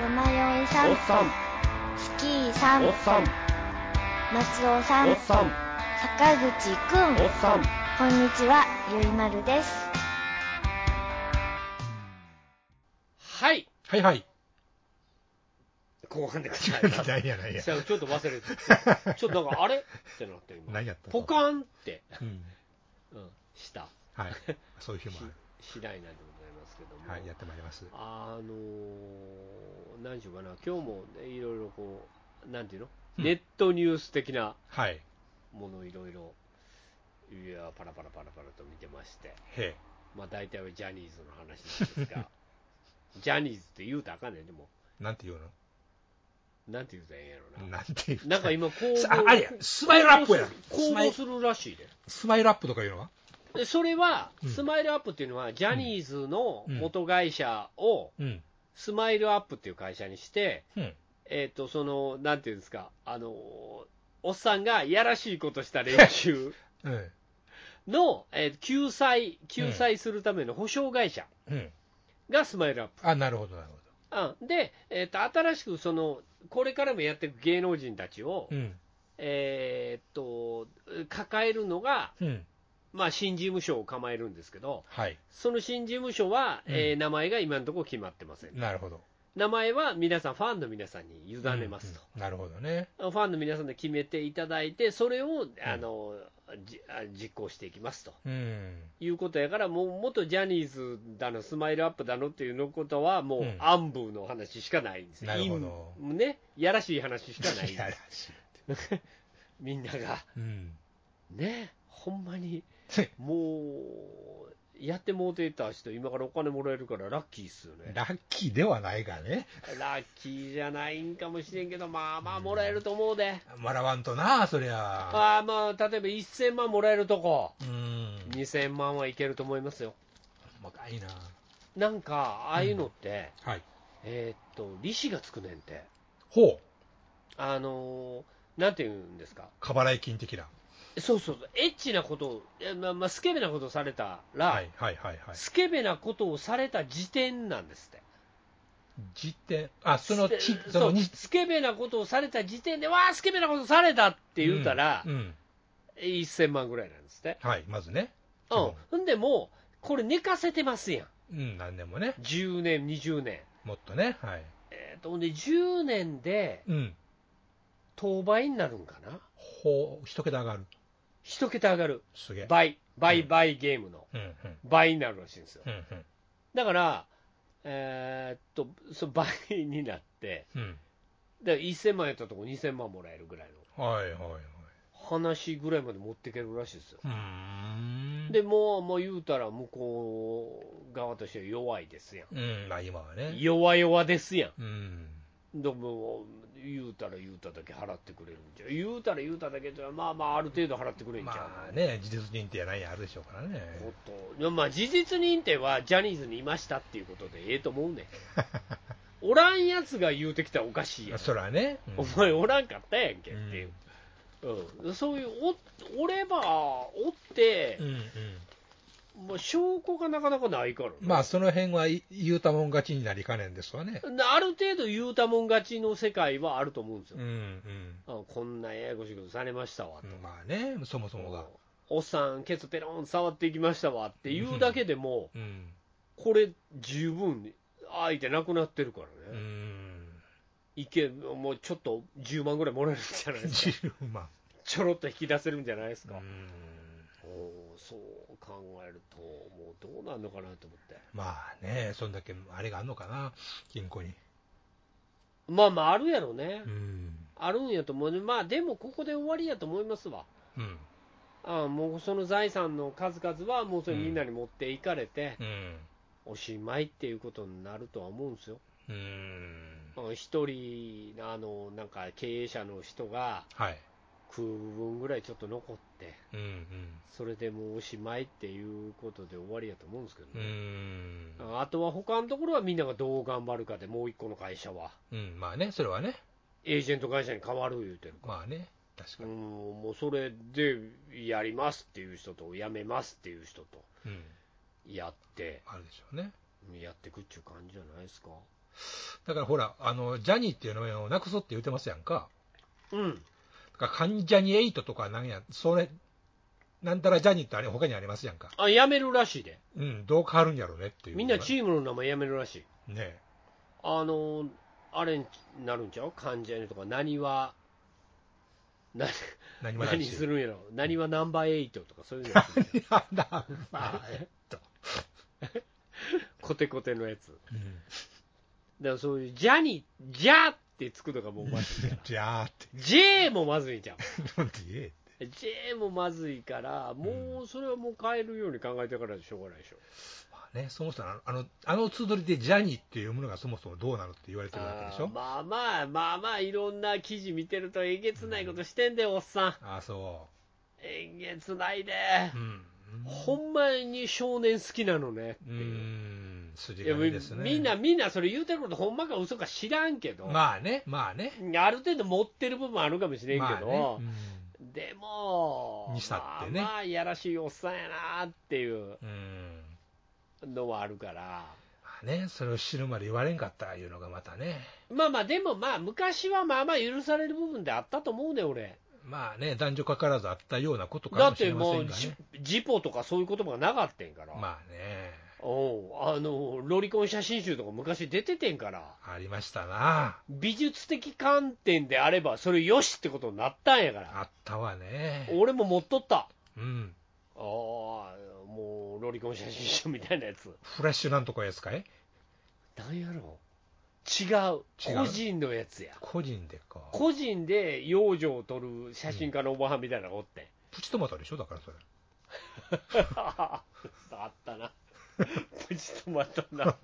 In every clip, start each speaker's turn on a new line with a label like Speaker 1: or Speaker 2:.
Speaker 1: さん
Speaker 2: さん
Speaker 1: スキーさん
Speaker 2: おっさん
Speaker 1: 松尾さ
Speaker 2: お
Speaker 1: ん
Speaker 2: っさん
Speaker 1: 坂口くん
Speaker 2: おっさん
Speaker 1: こんにちはゆいまるです
Speaker 3: はい。
Speaker 4: はいはい。
Speaker 3: 後半でございま
Speaker 4: な いやないや
Speaker 3: す。。ちょっと忘れて、ちょっとなんかあれってなって今。
Speaker 4: 何やった
Speaker 3: ポカンって、
Speaker 4: うん。
Speaker 3: うん、した。
Speaker 4: はい。そういう日も
Speaker 3: 次第なんでございますけども。
Speaker 4: ある。はい、やってまいります。
Speaker 3: あのー、何でしょうかな、今日もいろいろこう、なんていうの、
Speaker 4: うん
Speaker 3: ネットニュース的な
Speaker 4: はい。へ
Speaker 3: ものいろいろ、いや、パラパラパラパラと見てまして、
Speaker 4: え。
Speaker 3: まあ大体はジャニーズの話なんですが、ジャニーズって言うたらあかんねん、でも、
Speaker 4: なんて言うの
Speaker 3: なんて言うたらええんやろ
Speaker 4: なんて言う
Speaker 3: な。なんか今、公募
Speaker 4: ああれやスマイルアップや
Speaker 3: 公募する
Speaker 4: スマイ
Speaker 3: 公募するらしいで。
Speaker 4: スマイルアップとかいうのは
Speaker 3: でそれは、
Speaker 4: うん
Speaker 3: スマイルアップっていうのは、ジャニーズの
Speaker 4: うん
Speaker 3: 元会社を、
Speaker 4: うん。
Speaker 3: スマイルアップっていう会社にして、
Speaker 4: うん。
Speaker 3: えっ、と、その、なんていうんですか、あの、おっさんがいやらしいことした練習
Speaker 4: うん。
Speaker 3: の、えー救済、救済するための保証会社
Speaker 4: うん。
Speaker 3: がスマイルアップ。
Speaker 4: あ、なるほど、なるほ
Speaker 3: うん、で、えっ、と、新しく、その、これからもやっていく芸能人たちを、
Speaker 4: ど。うん。
Speaker 3: えっと、抱えるのが、
Speaker 4: うん。
Speaker 3: まあ、新事務所を構えるんですけど、
Speaker 4: はい。
Speaker 3: その新事務所は、えー
Speaker 4: うん
Speaker 3: 名前が今のところ決まってません。
Speaker 4: なるほど。
Speaker 3: 名前は皆さん、ファンの皆さんに委ねますと。
Speaker 4: うん。なるほどね。
Speaker 3: ファンの皆さんで決めていただいて、それをあの、じあ実行していきますと
Speaker 4: うん。
Speaker 3: いうことやから、もう元ジャニーズだの、スマイルアップだのっていうのことは、もう、
Speaker 4: うん
Speaker 3: 暗部の話しかないんですよ
Speaker 4: なるほど
Speaker 3: 陰ね、やらしい話しかないん
Speaker 4: いや
Speaker 3: で
Speaker 4: ら
Speaker 3: す、
Speaker 4: しい。
Speaker 3: みんなが、
Speaker 4: うん。
Speaker 3: ね、ほんまに
Speaker 4: せ
Speaker 3: もう、やってもうてた人、今からお金もらえるからラッキーっすよね、
Speaker 4: ラッキーではないがね。
Speaker 3: ラッキーじゃないんかもしれんけど、まあまあ、もらえると思うで、
Speaker 4: もらわんとな、そりゃ。
Speaker 3: あーまあ、例えば1000万もらえるとこ。
Speaker 4: うん。
Speaker 3: 2000万はいけると思いますよ。
Speaker 4: 細かいな。
Speaker 3: なんか、ああいうのって、
Speaker 4: はい。
Speaker 3: えーっと、利子がつくねんて、
Speaker 4: ほう。
Speaker 3: あのーなんていうんですか、
Speaker 4: 過払い金的な。
Speaker 3: そうそうそう、エッチなことを、えまあまあ、スケベなことをされたら、
Speaker 4: はいはいはいはい。
Speaker 3: スケベなことをされた時点なんですって。
Speaker 4: 時点、あ、そのち、
Speaker 3: ス
Speaker 4: そのに
Speaker 3: スケベなことをされた時点で、わあ、スケベなことされたって言うたら、
Speaker 4: うんうん
Speaker 3: 1000万ぐらいなんですって。
Speaker 4: はい、まずね。
Speaker 3: うん。ほんでもう、これ寝かせてますやん。
Speaker 4: うん、何年もね。
Speaker 3: 10年、20年。
Speaker 4: もっとね。はい。
Speaker 3: えーっと、ほんで10年で、
Speaker 4: うん。
Speaker 3: 当倍になるんかな
Speaker 4: ほう、一桁上がる。
Speaker 3: 一桁上がる
Speaker 4: すげえ。
Speaker 3: 倍倍倍ゲームの
Speaker 4: うんうん。
Speaker 3: 倍になるらしいんですよ
Speaker 4: うんうん
Speaker 3: だからえーっとその倍になって
Speaker 4: うん。
Speaker 3: で1000万やったとこ2000万もらえるぐらいの
Speaker 4: はいはいはい。
Speaker 3: 話ぐらいまで持っていけるらしいですよ
Speaker 4: うーん。
Speaker 3: でもうもう言うたら向こう側としては弱いですやん
Speaker 4: うん、まあ今はね。
Speaker 3: 弱々ですやん
Speaker 4: うん。
Speaker 3: でも言うたら言うただけ払ってくれるんじゃう言うたら言うただけじゃまあまあある程度払ってくれんじゃん、
Speaker 4: まあね、事実認定やないやあるでしょうからね。
Speaker 3: ことまあ事実認定はジャニーズにいましたっていうことでええと思う ねんおらんやつが言うてきたらおかしいやん
Speaker 4: そらね。うん
Speaker 3: お前おらんかったやんけって
Speaker 4: うん
Speaker 3: いう、うんそういうおおればおって
Speaker 4: う、んうん。
Speaker 3: まあ、証拠がなかなかないからね、
Speaker 4: まあその辺はい言うたもん勝ちになりかねんですわね。
Speaker 3: ある程度言うたもん勝ちの世界はあると思うんですよ
Speaker 4: うん、うん。
Speaker 3: あこんなややこしいことされましたわと、
Speaker 4: まあね、そもそもが。
Speaker 3: おっさんケツペロン触っていきましたわっていうだけでも、
Speaker 4: うん。
Speaker 3: これ十分相手なくなってるからね、
Speaker 4: うん。
Speaker 3: いけもうちょっと10万ぐらいもらえるんじゃないで すか、
Speaker 4: 10万。
Speaker 3: ちょろっと引き出せるんじゃないです
Speaker 4: う
Speaker 3: か、
Speaker 4: ん。
Speaker 3: おーそう考えると、もうどうなるのかなと思って、
Speaker 4: まあね、そんだけあれがあんのかな、金庫に。
Speaker 3: まあまあ、あるやろね、
Speaker 4: うん。
Speaker 3: あるんやと思うね、まあでもここで終わりやと思いますわ、
Speaker 4: うん。
Speaker 3: ああもうその財産の数々は、もうそれみんなに持っていかれて、
Speaker 4: うん。
Speaker 3: おしまいっていうことになるとは思うんですよ、
Speaker 4: うん。
Speaker 3: うん一人、あのなんか経営者の人が
Speaker 4: はい。
Speaker 3: 食う部分ぐらいちょっと残って。
Speaker 4: うん
Speaker 3: それでもうおしまいっていうことで終わりやと思うんですけど
Speaker 4: うん。う
Speaker 3: ね、
Speaker 4: ん。
Speaker 3: あとは他のところはみんながどう頑張るかで、もう一個の会社は、
Speaker 4: うん。まあね、それはね。
Speaker 3: エージェント会社に変わる言うてるから、
Speaker 4: まあね、確か
Speaker 3: うん
Speaker 4: に。
Speaker 3: もうそれでやりますっていう人と、やめますっていう人と、
Speaker 4: うん。
Speaker 3: やって、
Speaker 4: あるでしょうね。
Speaker 3: やってくっちゅう感じじゃないですか。
Speaker 4: だからほら、あの、ジャニーっていう名前をなくそうって言ってますやんか。
Speaker 3: うん。
Speaker 4: だから、関ジャニエイトとかなんや、それ、なんたらジャニーってあれ他にありますやんか。
Speaker 3: あ、やめるらしいで。
Speaker 4: うん、どう変わるんやろうねっていう。
Speaker 3: みんなチームの名前やめるらしい。
Speaker 4: ね
Speaker 3: あのーあれになるんちゃう関ジャニとか、何は、な
Speaker 4: 何もない
Speaker 3: 何
Speaker 4: し。
Speaker 3: す るんやろ。何はナンバー8とか、そういうのやつ。
Speaker 4: なんだ、 まあ、えっと。
Speaker 3: コテコテのやつ。
Speaker 4: うん
Speaker 3: だからそういう、ジャニ、ジャってつくのがもうまずい から。
Speaker 4: じゃあって。
Speaker 3: J もまずいじゃん。
Speaker 4: なんて言え
Speaker 3: J もまずいから、もうそれはもう変えるように考えてからでしょうがないでしょ。
Speaker 4: まあね、そもそもあの、あの通取りでジャニーっていうものがそもそもどうなのって言われてるわけでしょ
Speaker 3: あー。まあまあ、まあまあ、いろんな記事見てるとえげつないことしてんで、おっさん。
Speaker 4: ああ、そ
Speaker 3: えげつないで。
Speaker 4: う。うん。
Speaker 3: ほんまに少年好きなのねって
Speaker 4: う
Speaker 3: いう。
Speaker 4: ん、筋
Speaker 3: いや
Speaker 4: 金ですね。
Speaker 3: みんな、みんなそれ言うてることほんまか嘘か知らんけど、
Speaker 4: まあね、まあね。
Speaker 3: ある程度持ってる部分あるかもしれんけ
Speaker 4: まあ
Speaker 3: ど、
Speaker 4: ね。
Speaker 3: でも、
Speaker 4: にしたってね
Speaker 3: まあまあ、やらしいおっさんやなっていう
Speaker 4: うんうん
Speaker 3: のはあるから、
Speaker 4: まあね、それを知るまで言われんかったいうのがまたね。
Speaker 3: まあまあ、でもまあ、昔はまあまあ許される部分であったと思うね、俺。
Speaker 4: まあね、男女かからずあったようなこと
Speaker 3: だ
Speaker 4: か
Speaker 3: っ
Speaker 4: もしてれま
Speaker 3: も
Speaker 4: せ
Speaker 3: うん
Speaker 4: が
Speaker 3: ジ
Speaker 4: ね。、
Speaker 3: ジポとかそういう言葉がなかったんから、
Speaker 4: まあね、
Speaker 3: うんあのロリコン写真集とか昔出ててんから、
Speaker 4: ありましたな。
Speaker 3: 美術的観点であれば、それよしってことになったんやから、
Speaker 4: あったわね。
Speaker 3: 俺も持っとった。
Speaker 4: うん。
Speaker 3: ああ、もうロリコン写真集みたいなやつ。
Speaker 4: フラッシュなんとかやつかい
Speaker 3: なんやろ違
Speaker 4: 違
Speaker 3: う。
Speaker 4: う
Speaker 3: 個人のやつや。
Speaker 4: 個人でか。
Speaker 3: 個人で養女を撮る写真家のおばはんみたいなのがおって、
Speaker 4: プチトマトでしょだからそれ。
Speaker 3: あったな、プチトマトな、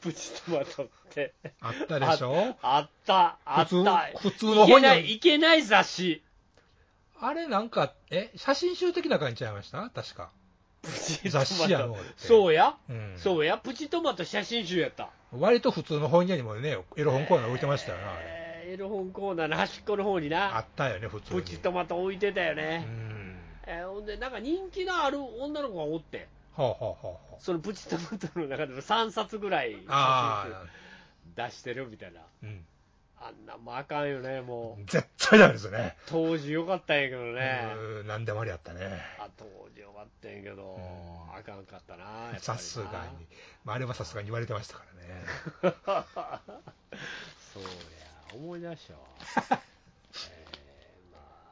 Speaker 3: プチトマトって、
Speaker 4: あったでしょ
Speaker 3: あった、あっ
Speaker 4: 普通
Speaker 3: た、
Speaker 4: 普通の本
Speaker 3: いけ
Speaker 4: や
Speaker 3: なんいいけない雑誌、
Speaker 4: あれなんか、え、写真集的な感じちゃいました確か。
Speaker 3: プチ
Speaker 4: 雑誌やろうって
Speaker 3: そうや、
Speaker 4: うん。
Speaker 3: そうや、プチトマト写真集やった、
Speaker 4: 割と普通の本屋にもね、エロ本コーナー置いてましたよな、あれ。
Speaker 3: えーエロ本コーナーの端っこの方に
Speaker 4: あ
Speaker 3: な
Speaker 4: っ、たよね、普通に。
Speaker 3: プチトマト置いてたよ
Speaker 4: う
Speaker 3: ね、
Speaker 4: ん。
Speaker 3: えーほんで、なんか人気のある女の子がおって、
Speaker 4: はあ、はあはあはあ、
Speaker 3: そのプチトマトの中でも3冊ぐらい
Speaker 4: ああ、
Speaker 3: 出してるみたいな、
Speaker 4: うん、
Speaker 3: あんなもんあかんよね、もう、
Speaker 4: 絶対ダメですよね。
Speaker 3: 当時よかったんやけどね、
Speaker 4: うん何でもありやったね。
Speaker 3: あ当時よかったんやけど
Speaker 4: う、ん
Speaker 3: あかんかったな、やっぱりな
Speaker 4: さすがに。まあ、あれはさすがに言われてましたからね。
Speaker 3: そうや、思い出 したわ、えーまあ、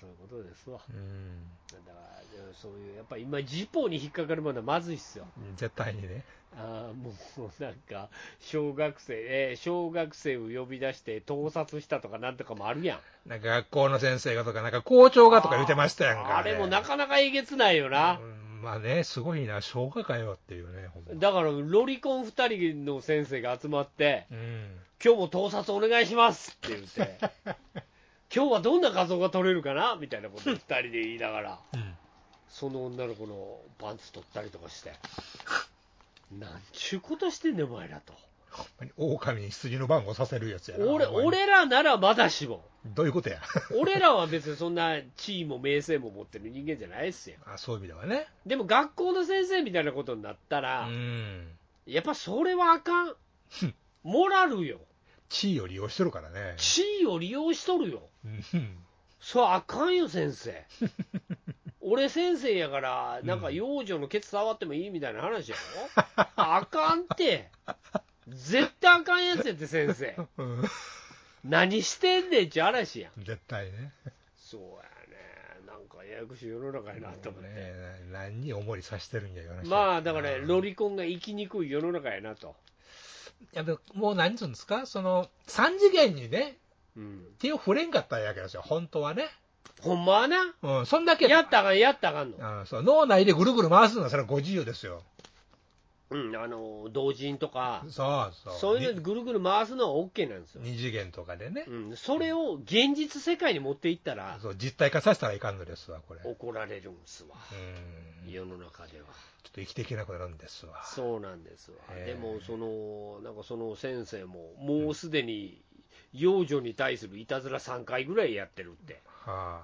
Speaker 3: そういうことですわ、
Speaker 4: うん。
Speaker 3: だから、でもそういう、やっぱり今、ジポに引っかかるものはまずいっすよ。
Speaker 4: 絶対にね。
Speaker 3: あーもうなんか、小学生、えー小学生を呼び出して盗撮したとかなんとかもあるやん。
Speaker 4: なんか学校の先生がとか、なんか校長がとか言ってましたやんか、
Speaker 3: ああれもなかなかえげつないよな
Speaker 4: う。んまあね、すごいな、昭和かよっていうね、ほんま。
Speaker 3: だから、ロリコン2人の先生が集まって、
Speaker 4: うん。
Speaker 3: 今日も盗撮お願いしますって言 って、今日はどんな画像が撮れるかなみたいなことを2人で言いながら、
Speaker 4: うん。
Speaker 3: その女の子のパンツ取ったりとかして、なんちゅうことしてんねん、お前らと。
Speaker 4: ほんまに狼に羊の番号させるやつやな。
Speaker 3: 俺
Speaker 4: ほんまに。
Speaker 3: 俺らならまだしも、
Speaker 4: どういうことや。
Speaker 3: 俺らは別にそんな地位も名声も持ってる人間じゃないっすよ。
Speaker 4: あそういう意味ではね。
Speaker 3: でも学校の先生みたいなことになった
Speaker 4: う
Speaker 3: ら、
Speaker 4: ん。
Speaker 3: やっぱそれはあかん
Speaker 4: ふん。
Speaker 3: モラルよ。
Speaker 4: 地位を利用してるからね。
Speaker 3: 地位を利用しとるよ。
Speaker 4: うん。
Speaker 3: それあかんよ、先 生。俺先生やから、なんか幼女のケツ触ってもいいみたいな話やろ、 あかんって。絶対あかんやつやって、先生。
Speaker 4: うん
Speaker 3: 何してんねんちゅう話やん。
Speaker 4: 絶対ね。
Speaker 3: そうやね。なんかややこしい世の中やなと思って。
Speaker 4: ねな何に重りさしてるんやよな。
Speaker 3: まあだから、
Speaker 4: うん
Speaker 3: ロリコンが生きにくい世の中やなと。
Speaker 4: やっぱもう何つうんですか、その、三次元にね、
Speaker 3: うん、
Speaker 4: 手を触れんかったらやけですよ、本当はね。
Speaker 3: ほんまはな、
Speaker 4: うん、そんだけ。
Speaker 3: やったらあかん、やったらあかんの。
Speaker 4: うんそう脳内でぐるぐる回すのはそれはご自由ですよ。
Speaker 3: うん、あの、同人とか、
Speaker 4: そうそう。
Speaker 3: そういうのぐるぐる回すのは OK なんですよ。
Speaker 4: に二次元とかでね
Speaker 3: う、ん、それを現実世界に持っていったら、
Speaker 4: そう実体化させたらいかんのですわ、これ。うん。
Speaker 3: 怒られるんですわ、
Speaker 4: ちょ
Speaker 3: 世の中では。
Speaker 4: っと生きていけなくなるんですわ。
Speaker 3: そうなんですわ。
Speaker 4: へえ
Speaker 3: でも、その、なんかその先生も、もうすでに、幼女に対するいたずら3回ぐらいやってるって。
Speaker 4: は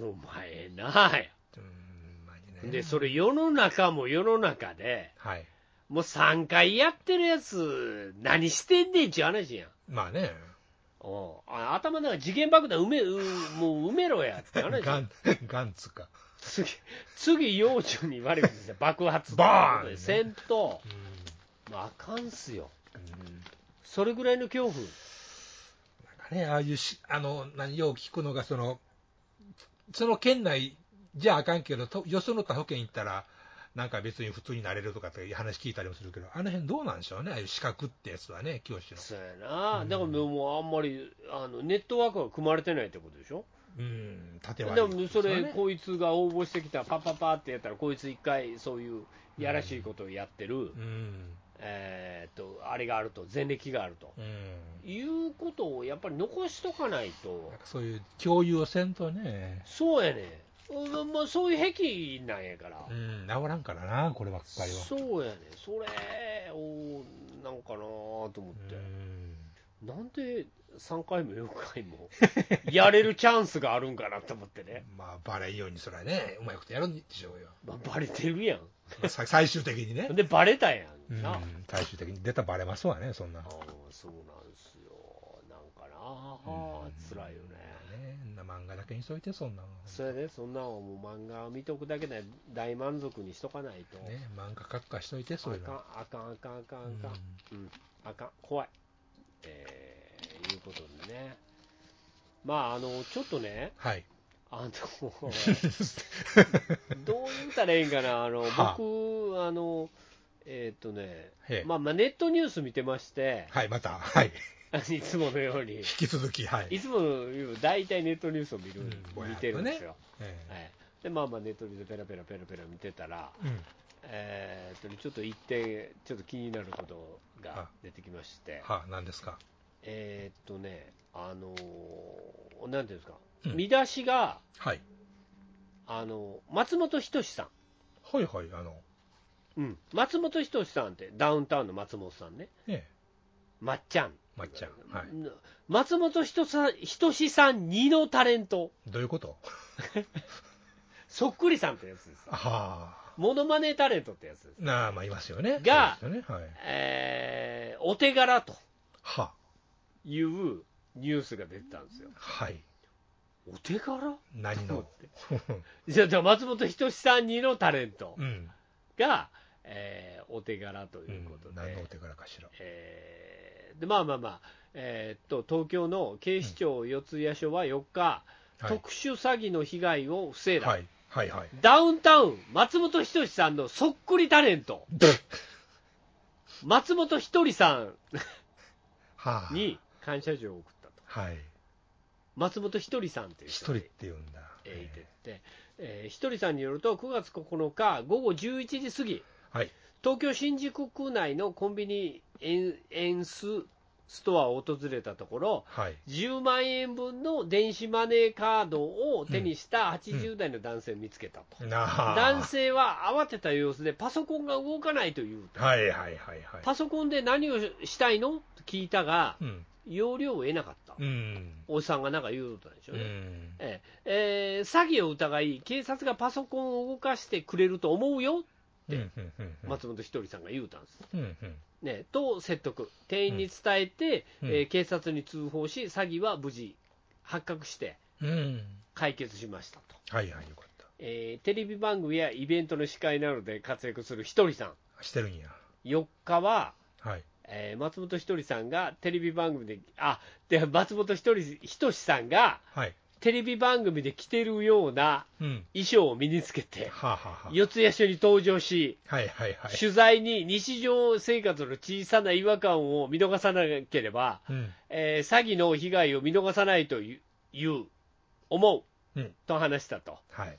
Speaker 3: お前なあや
Speaker 4: あ。うん、まあね。
Speaker 3: で、それ世の中も世の中で、
Speaker 4: はい。
Speaker 3: もう3回やってるやつ、何してんねんっちゅう話やん。
Speaker 4: まあね、
Speaker 3: おうあ頭の中次元爆弾埋め、うもう埋めろやって話
Speaker 4: ガ
Speaker 3: やん。
Speaker 4: ン、 ガンつうか。
Speaker 3: 次、次、幼女に悪いこと ですよ爆発
Speaker 4: バーン
Speaker 3: ということで戦闘、も
Speaker 4: うん
Speaker 3: うあかんっすよ。
Speaker 4: うん
Speaker 3: それぐらいの恐怖。
Speaker 4: なんかね、ああいうし、あの、何よう聞くのが、その、その県内じゃあかんけど、とよその他府県行ったら、なんか別に普通になれるとかっていう話聞いたりもするけど、あの辺どうなんでしょうね、ああいう資格ってやつはね、教師の。
Speaker 3: そうやな、だからもうもうあんまりあのネットワークが組まれてないってことでしょ、
Speaker 4: うん、縦
Speaker 3: で
Speaker 4: 割り
Speaker 3: もそれ、
Speaker 4: ね
Speaker 3: こいつが応募してきた、パッパッパってやったら、こいつ一回、そういうやらしいことをやってる、
Speaker 4: うん、
Speaker 3: えーっとあれがあると、前歴があると。
Speaker 4: うん。
Speaker 3: いうことをやっぱり残しとかないと
Speaker 4: なん、かそういう共有をせんとね、
Speaker 3: そうやねん、もうそういう癖なんやから、
Speaker 4: うん、治らんからな、こればっかりは。
Speaker 3: そうやねん、それをなんかなと思って。
Speaker 4: うん
Speaker 3: なんで3回も4回もやれるチャンスがあるんかなと思って ね、
Speaker 4: まあ、バレんようにそらね、うまいことやるんでしょうよ。
Speaker 3: まあ、バレてるや
Speaker 4: まあさ最終的にね
Speaker 3: ん、。でバレたや
Speaker 4: う ん
Speaker 3: な、あ
Speaker 4: ん、最終的に出たらバレますわね、そんな
Speaker 3: あ。そうなんすよなんかなあ、辛いよね
Speaker 4: ねんな漫画だけにしといて、そんなの。
Speaker 3: それでそんなんはもう漫画を見とくだけで大満足にしとかないと、
Speaker 4: ね、漫画書くかしといて、そういう
Speaker 3: あかん
Speaker 4: の。
Speaker 3: あかんあかんあかんあ
Speaker 4: うん
Speaker 3: かん、うん、あかん、怖い。えー、いうことでね。まあ、あの、ちょっとね、
Speaker 4: はい。
Speaker 3: あの、 どう言ったらいいんかな、あの、
Speaker 4: はあ
Speaker 3: 僕、あの、えーっ、とね、
Speaker 4: へえ
Speaker 3: まあ、まあ、ネットニュース見てまして、
Speaker 4: はい、また、はい。
Speaker 3: いつものように
Speaker 4: 引、き続き、はい。
Speaker 3: いつものように大体ネットニュースを見る、
Speaker 4: うんぼやっとね
Speaker 3: 見てるんですよ。
Speaker 4: ええ
Speaker 3: はい、で、まあまあ、ネットニュースペラペラペラペラ見てたら、
Speaker 4: うん。
Speaker 3: えーっと、ちょっと一点、ちょっと気になることが出てきまして、
Speaker 4: はあ、何ですか。
Speaker 3: えーっとね、あのーなんていうんですか、
Speaker 4: うん
Speaker 3: 見出しが、
Speaker 4: はい。
Speaker 3: あのー松本人志さ
Speaker 4: はいはい、あの、
Speaker 3: ん,、うん、松本人志さんって、ダウンタウンの松本さんね、
Speaker 4: ね、
Speaker 3: まっちゃん、
Speaker 4: まっちゃん。はい。
Speaker 3: ん松本人志さん人志さん2のタレント、
Speaker 4: どういうこと
Speaker 3: そっくりさんってやつです、
Speaker 4: はあ。
Speaker 3: モノマネタレントってやつです、
Speaker 4: なあ、まあ、いますよね。
Speaker 3: が
Speaker 4: そうですよね。はい。
Speaker 3: えーお手柄と
Speaker 4: は
Speaker 3: いうニュースが出てたんですよ。
Speaker 4: あ。はい。
Speaker 3: お手柄
Speaker 4: 何
Speaker 3: と思っ
Speaker 4: の。
Speaker 3: てじゃあじゃあ松本人志さん2のタレント。
Speaker 4: うん。
Speaker 3: が、えーお手柄ということ
Speaker 4: うん
Speaker 3: で、
Speaker 4: 何のお手柄かしら。
Speaker 3: えーでまあまあまあ、えーっと東京の警視庁四谷署は4日、
Speaker 4: はい。
Speaker 3: 特殊詐欺の被害を防いだ、
Speaker 4: はい。はいはい。
Speaker 3: ダウンタウン、松本人志さんのそっくりタレン ト、
Speaker 4: で
Speaker 3: 松本ひとりさ
Speaker 4: はあ。
Speaker 3: んに感謝状を送ったと、
Speaker 4: はい。
Speaker 3: 松本ひとりさんという
Speaker 4: 一
Speaker 3: 人
Speaker 4: 人
Speaker 3: が
Speaker 4: って言うんだ。
Speaker 3: えーいてって、えーひとりさんによると、9月9日午後11時過ぎ、
Speaker 4: はい。
Speaker 3: 東京・新宿区内のコンビニエンエンスストアを訪れたところ、
Speaker 4: はい。
Speaker 3: 10万円分の電子マネーカードを手にした80代の男性を見つけたと、
Speaker 4: なあ。
Speaker 3: 男性は慌てた様子で、パソコンが動かないというと、
Speaker 4: はいはいはいはい。
Speaker 3: パソコンで何をしたいのと聞いたが、
Speaker 4: うん。
Speaker 3: 容量を得なかった、
Speaker 4: うん。
Speaker 3: おじさんがなんか言うとったんでしょ
Speaker 4: う
Speaker 3: うね。
Speaker 4: ん。
Speaker 3: えええー詐欺を疑い、警察がパソコンを動かしてくれると思うよ、
Speaker 4: うんうんうんうん
Speaker 3: 松本ひとりさんが言うたんです。
Speaker 4: うんうん
Speaker 3: ね、と説得、店員に伝えて、
Speaker 4: うん
Speaker 3: えー警察に通報し、詐欺は無事発覚して
Speaker 4: うん。
Speaker 3: 解決しましたと、
Speaker 4: はいはい、よかっ
Speaker 3: えーテレビ番組やイベントの司会などで活躍するひとりさん、
Speaker 4: た。してるんや。
Speaker 3: 4日は、
Speaker 4: はい。
Speaker 3: えー松本ひとりさんがテレビ番組で、あで松本ひとりひとしさんが
Speaker 4: はい。
Speaker 3: テレビ番組で着てるような
Speaker 4: うん。
Speaker 3: 衣装を身につけて、
Speaker 4: はあ、はあはあ、
Speaker 3: 四谷署に登場し、
Speaker 4: はいはいはい。
Speaker 3: 取材に日常生活の小さな違和感を見逃さなければ、
Speaker 4: うん。
Speaker 3: えー詐欺の被害を見逃さないといういう思う、
Speaker 4: うん
Speaker 3: と話したと、
Speaker 4: はい。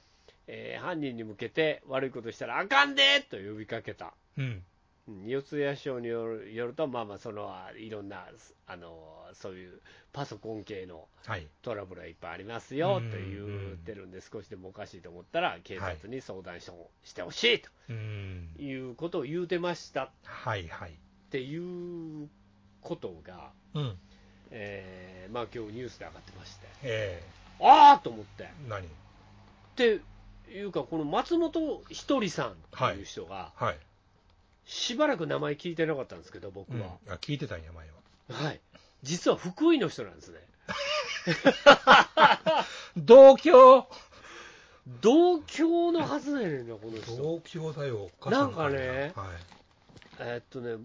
Speaker 3: えー犯人に向けて悪いことしたらあかんでと呼びかけた、
Speaker 4: うん。
Speaker 3: うん四谷署によるよると、まあまあ、そのあいろんなあのそういうパソコン系の
Speaker 4: はい。
Speaker 3: トラブルはいっぱいありますよ
Speaker 4: うん
Speaker 3: と言ってるんで、少しでもおかしいと思ったら、警察に相談し,、してほしい
Speaker 4: うん
Speaker 3: と。いうことを言うてましたっ
Speaker 4: はいはい。
Speaker 3: ていうことが、
Speaker 4: うん。
Speaker 3: えーまあ今日ニュースで上がってまして。
Speaker 4: え
Speaker 3: ああと思って。っ
Speaker 4: ー、何
Speaker 3: ていうか、この松本ひとりさんっていう人が、
Speaker 4: はい。
Speaker 3: しばらく名前聞いてなかったんですけど、僕
Speaker 4: うん
Speaker 3: は。
Speaker 4: あ聞いてたんや、前は。
Speaker 3: はい。実は福井の人なんですね。
Speaker 4: 同郷
Speaker 3: 同郷のはずなんやねんな、この人。
Speaker 4: 同郷だよ、
Speaker 3: なんかね
Speaker 4: はい。
Speaker 3: えーっとね、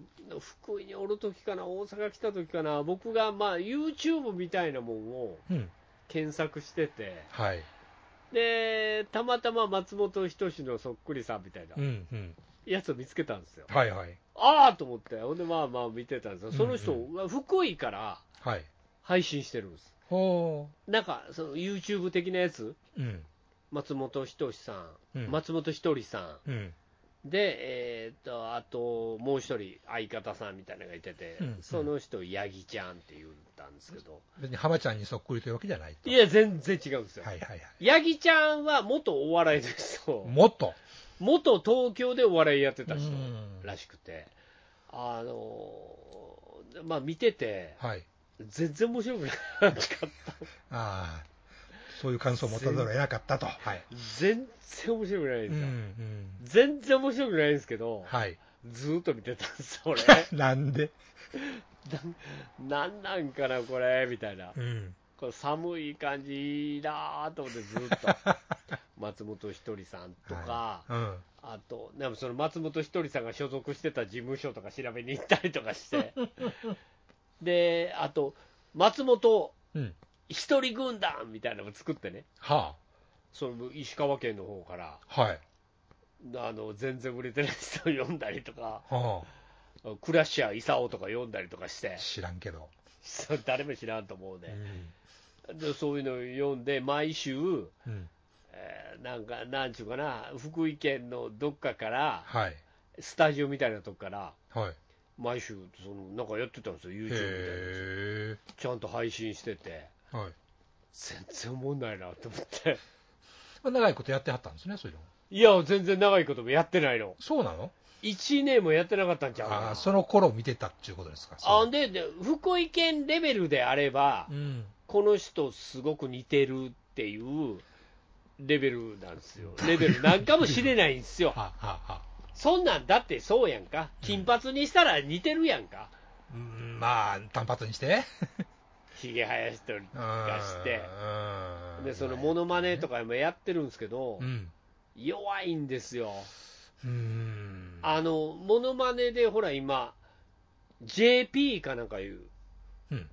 Speaker 3: 福井におるときかな、大阪来たときかな、僕がまあ YouTube みたいなもんを
Speaker 4: うん。
Speaker 3: 検索してて、
Speaker 4: はい。
Speaker 3: で、たまたま松本人志のそっくりさんみたいな
Speaker 4: うんうん。
Speaker 3: やつを見つけたんですよ。
Speaker 4: はいはい。
Speaker 3: ああと思って、ほんでまあまあ見てたんですよ。その人、
Speaker 4: う
Speaker 3: 福井から
Speaker 4: はい。
Speaker 3: 配信してるんです。
Speaker 4: ほ
Speaker 3: なんか、その YouTube 的なやつ、
Speaker 4: う。うん。
Speaker 3: 松本人志さん、
Speaker 4: うん
Speaker 3: 松本ひとりさ
Speaker 4: うん。
Speaker 3: ん、で、えーっと、あと、もう一人、相方さんみたいなのがいてて、
Speaker 4: うん
Speaker 3: その人、八木ちゃんって言ったんですけど、
Speaker 4: 別に浜ちゃんにそっくりというわけじゃないと。
Speaker 3: いや、全然違うんですよ。
Speaker 4: はいはいはい。
Speaker 3: 八木ちゃんは元お笑いの人、
Speaker 4: もっと。
Speaker 3: 元東京でお笑いやってた人
Speaker 4: うん
Speaker 3: らしくて、あのーまあ見てて、
Speaker 4: はい。
Speaker 3: 全然面白くなかった。
Speaker 4: ああ。そういう感想を持たざるを得なかったと。はい。
Speaker 3: 全然面白くないん
Speaker 4: うん
Speaker 3: ですよ。
Speaker 4: うん。
Speaker 3: 全然面白くないんですけど、
Speaker 4: はい。
Speaker 3: ずーっと見てたんです、 俺。
Speaker 4: なんで
Speaker 3: なんなんかな、これ、みたいな。
Speaker 4: うん。
Speaker 3: これ寒い感じだーと思って、ずーっと。松本ひとりさんとか、
Speaker 4: うん。
Speaker 3: あと、でもその松本ひとりさんが所属してた事務所とか調べに行ったりとかして。で、あと、松本
Speaker 4: うん。
Speaker 3: 一人軍団みたいなのも作ってね、
Speaker 4: は
Speaker 3: その石川県の方から。
Speaker 4: あ。はい。
Speaker 3: あの全然売れてない人を読んだりとか、
Speaker 4: は
Speaker 3: クラッシャー・イサオとか読んだりとかして
Speaker 4: あ。、知らんけど。
Speaker 3: そう誰も知らんと思う
Speaker 4: う
Speaker 3: ね、
Speaker 4: ん。
Speaker 3: でそういうのを読んで、毎週、
Speaker 4: うん。
Speaker 3: えーなんか、なんちゅうかな、福井県のどっかから、
Speaker 4: はい。
Speaker 3: スタジオみたいなとこから、
Speaker 4: はい。
Speaker 3: 毎週その、なんかやってたんですよ、YouTube みたいなや
Speaker 4: へ
Speaker 3: つ、ちゃんと配信してて、
Speaker 4: え。はい。
Speaker 3: 全然おもんないなと思って、
Speaker 4: まあ長いことやってはったんですね、そういうの。
Speaker 3: いや、全然長いこともやってないの、
Speaker 4: そうなの
Speaker 3: 1年もやってなかったんちゃうか
Speaker 4: あ
Speaker 3: な
Speaker 4: あ、その頃見てたっていうことですか。
Speaker 3: あ
Speaker 4: ん
Speaker 3: でで、福井県レベルであれば
Speaker 4: う、ん。
Speaker 3: この人すごく似てるっていうレベルなんですよ、レベルなんかもしれないんですよ、
Speaker 4: はあ、はあ、はあ。
Speaker 3: そんなんだってそうやんか、金髪にしたら似てるやんか、
Speaker 4: うんまあ、単発にして。
Speaker 3: ひげ生やしたりとかして、
Speaker 4: うん
Speaker 3: でそのモノマネとかもやってるんですけど
Speaker 4: う、ん。
Speaker 3: 弱いんですよ、
Speaker 4: うん。
Speaker 3: あのモノマネでほら、今、JP かなんかいう
Speaker 4: うん。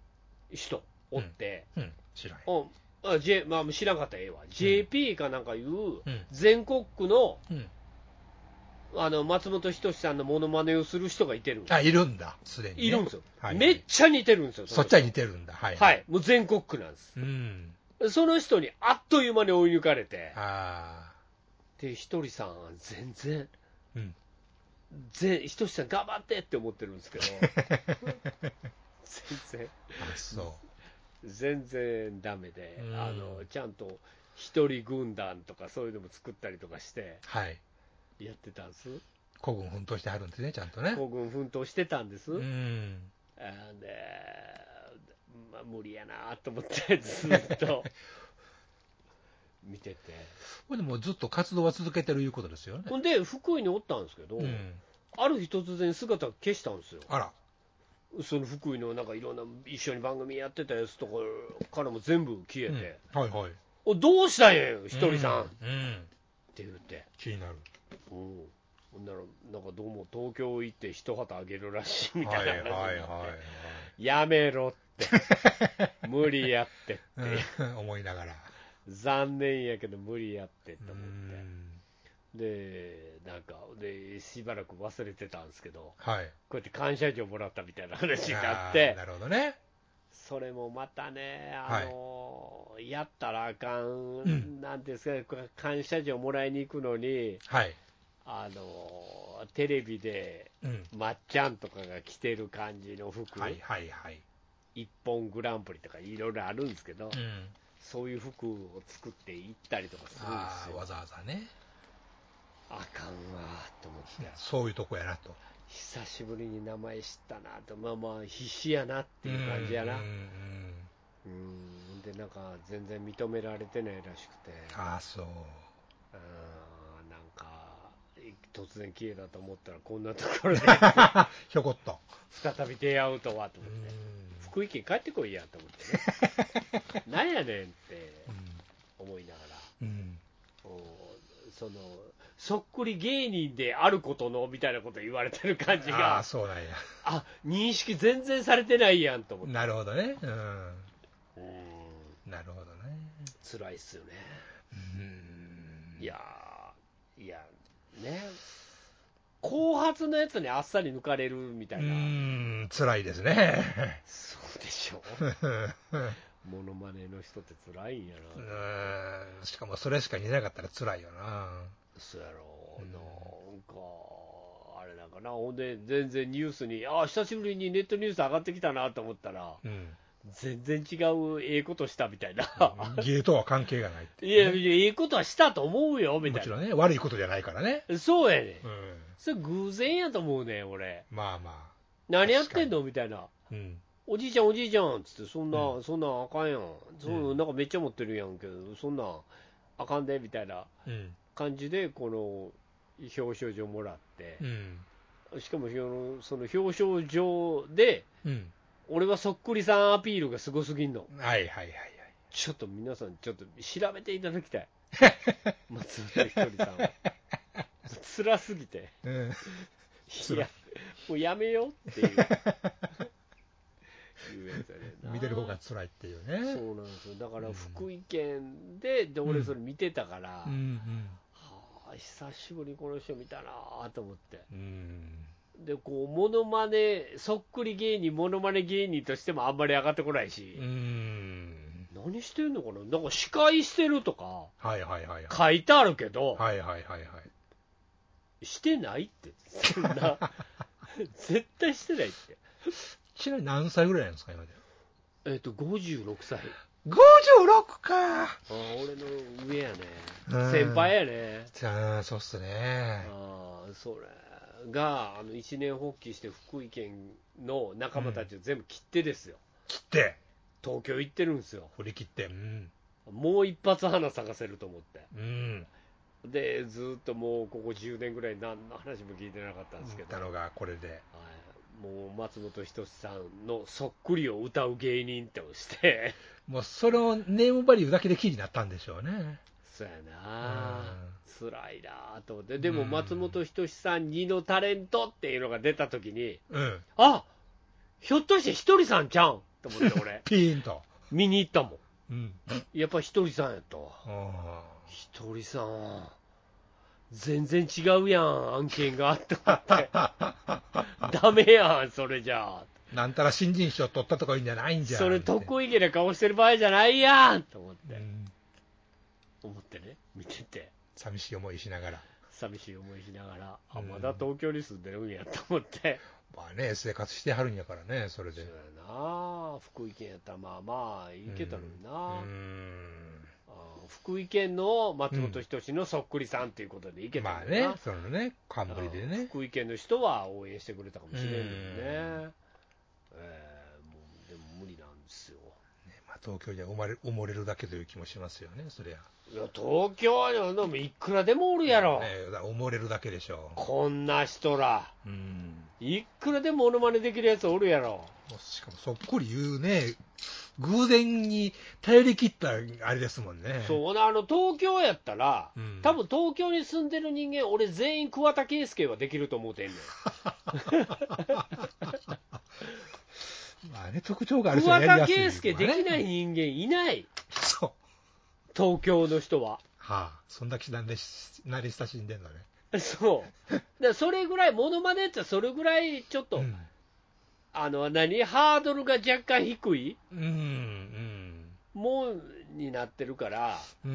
Speaker 3: 人おって、
Speaker 4: うん。知らん。
Speaker 3: おあ J まあ、知らんかったらええわ、JP かなんかいう
Speaker 4: うん。
Speaker 3: 全国区の
Speaker 4: うん。
Speaker 3: あの松本人志さんのモノマネをする人がいてるんです
Speaker 4: あ、いるんだ、すでにね、
Speaker 3: いるんですよ、
Speaker 4: はい。
Speaker 3: めっちゃ似てるんですよ、
Speaker 4: そっ
Speaker 3: の人
Speaker 4: ちは似てるんだ。はい。
Speaker 3: はい、もう全国区なんです、
Speaker 4: うん。
Speaker 3: その人にあっという間に追い抜かれて、
Speaker 4: あ
Speaker 3: でひとりさん、全然、
Speaker 4: あ。うん。
Speaker 3: ぜひとしさん、頑張ってって思ってるんですけ ど、全然、
Speaker 4: あそ
Speaker 3: 全然だめで、
Speaker 4: うん
Speaker 3: あのちゃんと一人軍団とか、そういうのも作ったりとかして、
Speaker 4: う。はい。
Speaker 3: やってたんです、
Speaker 4: 古軍奮闘してはるんですね、ちゃんとね。
Speaker 3: 孤軍奮闘してたんです。
Speaker 4: うん。
Speaker 3: あーで、まあ、無理やなと思って、 ずっと見 てて、
Speaker 4: これでもずっと活動は続けてるいうことですよね。
Speaker 3: ほんで、福井におったんですけど、
Speaker 4: うん。
Speaker 3: ある日突然、姿消したんですよ、
Speaker 4: あら。
Speaker 3: その福井のなんかいろんな一緒に番組やってたやつとかからも全部消え
Speaker 4: うん
Speaker 3: て、
Speaker 4: はいはい。
Speaker 3: おどうしたんやよ、ひとりさん、っ
Speaker 4: うん。うん。
Speaker 3: て言って、
Speaker 4: 気になる。
Speaker 3: うんほんなら、なんかどうも東京行って一旗あげるらしいみたいな話になって、やめろって、無理やって って。
Speaker 4: うん、思いながら。
Speaker 3: 残念やけど無理やってと
Speaker 4: う
Speaker 3: 思って、
Speaker 4: ん
Speaker 3: で、なんか、で、しばらく忘れてたんですけど、
Speaker 4: はい。
Speaker 3: こうやって感謝状もらったみたいな話になって
Speaker 4: あー、なるほどね。
Speaker 3: それもまたね、
Speaker 4: は
Speaker 3: あ
Speaker 4: い
Speaker 3: のやったらあかん、
Speaker 4: ん
Speaker 3: なんていうんですか、感謝状もらいに行くのに、
Speaker 4: はい。
Speaker 3: あのテレビで、
Speaker 4: うん。
Speaker 3: まっちゃんとかが着てる感じの服、
Speaker 4: はいはいはい。
Speaker 3: 一本グランプリとかいろいろあるんですけど、
Speaker 4: うん。
Speaker 3: そういう服を作って行ったりとかするん
Speaker 4: あ
Speaker 3: です
Speaker 4: あ、
Speaker 3: よ
Speaker 4: わ。ざわざね。
Speaker 3: あかんわーと思って、
Speaker 4: そういうとこやなと。
Speaker 3: 久しぶりに名前知ったなと、まあまあ、必死やなっていう感じやな、
Speaker 4: うん
Speaker 3: う
Speaker 4: うん
Speaker 3: ん
Speaker 4: うん
Speaker 3: で、なんか全然認められてないらしくて、
Speaker 4: ああ、そう。
Speaker 3: うんなんか、突然綺麗だと思ったら、こんなと ころで
Speaker 4: ひょこっと。
Speaker 3: 再び出会うとはと
Speaker 4: う
Speaker 3: 思
Speaker 4: ん
Speaker 3: って、福井県帰ってこいやと思って ね、なんやねんって思いながら。
Speaker 4: うん
Speaker 3: おそのそっくり芸人であることのみたいなこと言われてる感じ
Speaker 4: あ
Speaker 3: が
Speaker 4: あ、そうなんや。
Speaker 3: あ認識全然されてないやんと思って
Speaker 4: なるほどね。うん。
Speaker 3: うん
Speaker 4: なるほどね。
Speaker 3: 辛いっすよね
Speaker 4: うん
Speaker 3: いやーいやね後発のやつにあっさり抜かれるみた
Speaker 4: う
Speaker 3: いな
Speaker 4: ーん、辛いですね。
Speaker 3: そうでしょ
Speaker 4: う ん
Speaker 3: モノマネの人って辛いんやな
Speaker 4: しかもそれしか似なかったら辛いよな。
Speaker 3: そうやろ
Speaker 4: うん
Speaker 3: なんかあれなんかなほんで全然ニュースにあ久しぶりにネットニュース上がってきたなと思ったら
Speaker 4: うん。
Speaker 3: 全然違うええことしたみたいな、
Speaker 4: 芸とは関係がない っ て
Speaker 3: い
Speaker 4: い
Speaker 3: や
Speaker 4: うね、
Speaker 3: いやええことはしたと思うよみ
Speaker 4: も
Speaker 3: たい
Speaker 4: ち
Speaker 3: な
Speaker 4: ろんね、悪いことじゃないからね。
Speaker 3: そうやね
Speaker 4: うん。
Speaker 3: それ偶然やと思うねん俺
Speaker 4: まあま
Speaker 3: 何やってんのみたいな
Speaker 4: あ。うん。
Speaker 3: おじいちゃんおじいちゃんっつってそんな、
Speaker 4: うん
Speaker 3: そんなんあかんやんそん
Speaker 4: うん
Speaker 3: なんかめっちゃ持ってるやんけどそんなんあかんでみたいな
Speaker 4: うん。
Speaker 3: 感じでこの表彰状もらって
Speaker 4: う、ん。
Speaker 3: しかもそのその表彰状で
Speaker 4: うん。
Speaker 3: 俺はそっくりさんアピールがすごすぎんの
Speaker 4: はいはいはいはい。
Speaker 3: ちょっと皆さん、ちょっと調べていただき たい、松本ひとりさんは。辛すぎて、
Speaker 4: うん。
Speaker 3: いや、もうやめようっていういうやつやねんな
Speaker 4: 見てる方が辛いっていう
Speaker 3: そ
Speaker 4: ね。
Speaker 3: うなんですよ、だか
Speaker 4: う
Speaker 3: ら
Speaker 4: ん
Speaker 3: 福井県で、で俺、それ見てたから、
Speaker 4: うん
Speaker 3: はあ、久しぶりにこの人見たなと思って、
Speaker 4: うん。うん。
Speaker 3: で、こう、ものまね、そっくり芸人、ものまね芸人としてもあんまり上がってこないし
Speaker 4: う。ん。
Speaker 3: 何してんのかななんか司会してるとか
Speaker 4: はいはいはいはい。
Speaker 3: 書いてあるけど、
Speaker 4: はいはいはいはい。
Speaker 3: してないって、そんな、 絶対してないって、
Speaker 4: ちなみに何歳ぐらいなんですか、今で。
Speaker 3: えっ、と、56歳、
Speaker 4: 56か。
Speaker 3: あー俺の上やね、
Speaker 4: うん
Speaker 3: 先輩やね、
Speaker 4: ああ、そうっすね。
Speaker 3: あーそれが、あの一年発起して福井県の仲間たちを全部切ってですよ、
Speaker 4: 切って、
Speaker 3: 東京行ってるんですよ、
Speaker 4: 振り切って。うん。
Speaker 3: もう一発花咲かせると思って、
Speaker 4: うん。
Speaker 3: で、ずーっともうここ10年ぐらい、何の話も聞いてなかったんですけど
Speaker 4: だ。ろうが、これで。
Speaker 3: はいもう松本人志さんのそっくりを歌う芸人として、
Speaker 4: もうそのネームバリューだけでキーになったんでしょうね。
Speaker 3: そうやな、辛いなと思って、でも松本人志さん2のタレントっていうのが出たときに、
Speaker 4: うん。
Speaker 3: あひょっとしてひとりさんちゃうんと思って、 俺、
Speaker 4: ピーンと。
Speaker 3: 見に行ったもん、
Speaker 4: うん。
Speaker 3: やっぱひとりさんやと、
Speaker 4: あ
Speaker 3: ひとりさん、全然違うやん、案件がと思って、ダメやん、それじゃあ。
Speaker 4: ーなんたら新人賞取ったとかいうんじゃないんじゃん。
Speaker 3: それ得意げな顔してる場合じゃないやんと思って、
Speaker 4: うん
Speaker 3: 思ってね見てて
Speaker 4: 寂しい思いしながら。
Speaker 3: 寂しい思いしながら、あ
Speaker 4: うん
Speaker 3: まだ東京に住んでるんやと思って、
Speaker 4: まあね、生活してはるんやからね、それ
Speaker 3: そう
Speaker 4: で
Speaker 3: や。な福井県やったらまあまあいけたのにな、
Speaker 4: う
Speaker 3: あ
Speaker 4: ん。
Speaker 3: ー福井県の松本人志のそっくりさんっていうことでいけた
Speaker 4: まあ
Speaker 3: のにな、
Speaker 4: ね、そのね、冠で
Speaker 3: うん
Speaker 4: ね。
Speaker 3: 福井県の人は応援してくれたかもしれんのにね、
Speaker 4: う
Speaker 3: えーもうでも無理なんですよ
Speaker 4: まあ、東京じゃ埋まれ埋もれるだけという気もしますよね、そりゃ。
Speaker 3: いや東京にはでもいくらでもおるやろ、
Speaker 4: ねだから埋もれるだけでしょ
Speaker 3: こんな人ら
Speaker 4: う。うん。
Speaker 3: いくらでもモノマネできるやつおるやろ。
Speaker 4: もうしかもそっくり言うね、偶然に頼り切ったあれですもんね。
Speaker 3: そうな、あの、東京やったら、
Speaker 4: うん
Speaker 3: 多分東京に住んでる人間、俺全員桑田佳祐はできると思うてんね
Speaker 4: まあね、特徴が ある
Speaker 3: ん。
Speaker 4: 人は
Speaker 3: 桑
Speaker 4: やり
Speaker 3: 田
Speaker 4: やすい、
Speaker 3: 佳祐できない。人間いない、
Speaker 4: そう。
Speaker 3: 東京の人 は。
Speaker 4: はあ、そんだけなんでし慣れ親しんでんのね。
Speaker 3: そう。だからそれぐらい、モノマネってそれぐらい、ちょっと、
Speaker 4: うん。
Speaker 3: あの、何、ハードルが若干低い
Speaker 4: うん。
Speaker 3: もんになってるから、
Speaker 4: うん。う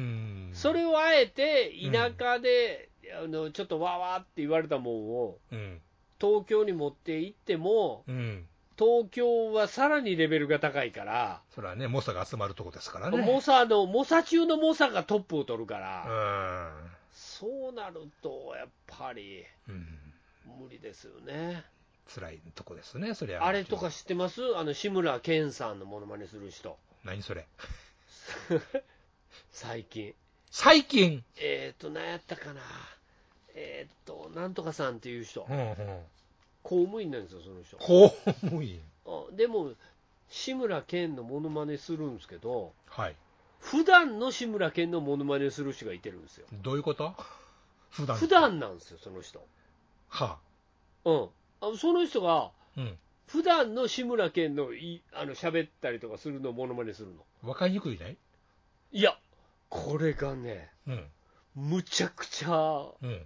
Speaker 4: ん
Speaker 3: それ
Speaker 4: を。
Speaker 3: をあえて、田舎で、あの、ちょっとわーわーって言われたもんを、
Speaker 4: うん。
Speaker 3: 東京に持って行っても、
Speaker 4: うん。
Speaker 3: 東京はさらにレベルが高いから、
Speaker 4: それはね、猛者が集まるとこですからね。
Speaker 3: 猛者の、猛者中の猛者がトップを取るから、
Speaker 4: うん。
Speaker 3: そうなると、やっぱり
Speaker 4: うん。
Speaker 3: 無理ですよね。
Speaker 4: 辛いとこですね、そりゃ。
Speaker 3: あれとか知ってますあの、志村けんさんのモノマネする 人。
Speaker 4: 何それ。
Speaker 3: 最近。
Speaker 4: 最近
Speaker 3: えっ、ー、と、何やったかな。えーっと、なんとかさんっていう人
Speaker 4: う、んうん、
Speaker 3: 公務員なんですよ、その人。
Speaker 4: 公務員、
Speaker 3: あでも、志村けんのモノマネするんですけど、
Speaker 4: はい、
Speaker 3: 普段の志村けんのモノマネをする人がいてるんですよ。
Speaker 4: どういうこと普段
Speaker 3: 普段なんですよ、その人。
Speaker 4: は
Speaker 3: うん。あその人が、
Speaker 4: あ、うん、
Speaker 3: 普段の志村けんのいあの喋ったりとかするのをモノマネするの。
Speaker 4: 分かりにくいね、
Speaker 3: いや、これがね、
Speaker 4: うん、
Speaker 3: むちゃくちゃ
Speaker 4: うん、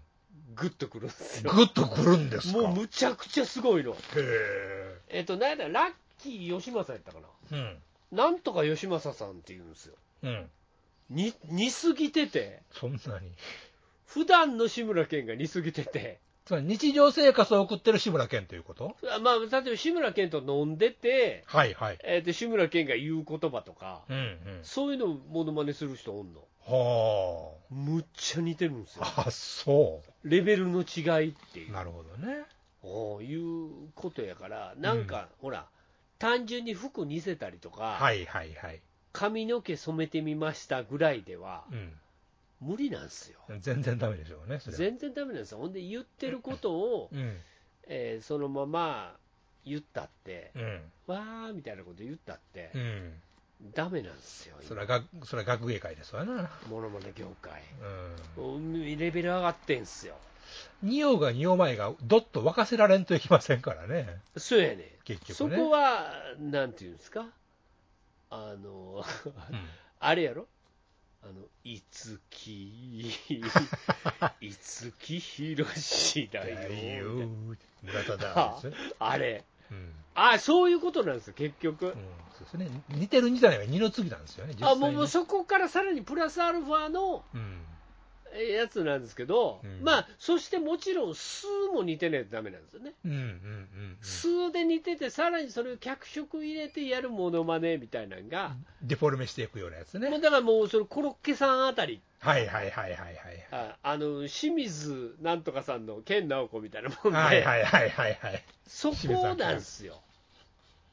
Speaker 3: グッとくるんですよ。
Speaker 4: ぐっとくるんですか、
Speaker 3: もうむちゃくちゃすごいの。
Speaker 4: へえ、
Speaker 3: えっと、なんやったらラッキー吉政やったか
Speaker 4: うん、
Speaker 3: な。なんとか吉政さんって言うんですよ。
Speaker 4: うん、
Speaker 3: に、似すぎてて、
Speaker 4: そんなに、
Speaker 3: 普段の志村けんが似すぎてて、
Speaker 4: つまり日常生活を送ってる志村けんということ
Speaker 3: あまあ、例えば志村けんと飲んでて、
Speaker 4: はいはい、
Speaker 3: えっと志村けんが言う言葉とか、
Speaker 4: うん、うん、
Speaker 3: そういうのをモノマネする人おんの。
Speaker 4: は
Speaker 3: むっちゃ似てるんですよ。
Speaker 4: あ、あそ
Speaker 3: レベルの違いっていう
Speaker 4: う、。なるほどね、
Speaker 3: おういうことやから、なんか、ほら、単純に服似せたりとか、
Speaker 4: はいはいはい、
Speaker 3: 髪の毛染めてみましたぐらいでは、
Speaker 4: う
Speaker 3: 無理なんですよ。
Speaker 4: ん、全然ダメでしょうね、それは
Speaker 3: 全然ダメなんですよ。ほんで、言ってることを、
Speaker 4: うん、
Speaker 3: えーそのまま言ったって、
Speaker 4: うん、
Speaker 3: わーみたいなこと言ったって
Speaker 4: う、ん、
Speaker 3: ダメなんですよ、
Speaker 4: それはがそれは学芸会ですわな、
Speaker 3: ものまね業界。
Speaker 4: うん。
Speaker 3: うんレベル上がってんすよ。
Speaker 4: 匂うが匂う前がどっと沸かせられんといけませんからね、
Speaker 3: そうやね
Speaker 4: 結
Speaker 3: そ
Speaker 4: 局ね。
Speaker 3: こは、なんていうんですか、あの、
Speaker 4: うん
Speaker 3: あれやろあの、いつき、いつきひろしだ
Speaker 4: 大
Speaker 3: よ。み
Speaker 4: 王村田
Speaker 3: たい
Speaker 4: だ
Speaker 3: な
Speaker 4: です、
Speaker 3: あれ。
Speaker 4: うんうん
Speaker 3: あ、そういうことなんですよ、結局。
Speaker 4: そうですね、似てる似てないが二の次なんですよね、実
Speaker 3: あ
Speaker 4: 際に
Speaker 3: もうもうそこからさらにプラスアルファの
Speaker 4: うん
Speaker 3: えやつなんですけど、
Speaker 4: うん
Speaker 3: まあ、そしてもちろん、数も似てないとダメなんですよね。
Speaker 4: うんうんうん
Speaker 3: 数で似てて、さらにそれを脚色入れてやるモノマネみたいなの
Speaker 4: う
Speaker 3: が、
Speaker 4: ん、デフォルメしていくようなやつ
Speaker 3: もう
Speaker 4: ね、
Speaker 3: だからもう、それコロッケさんあたり
Speaker 4: はいはいはいはいはい、
Speaker 3: ああの清水なんとかさんの健直子みたいなもんで、
Speaker 4: はいはいはいはいはい、
Speaker 3: そこなんですよ、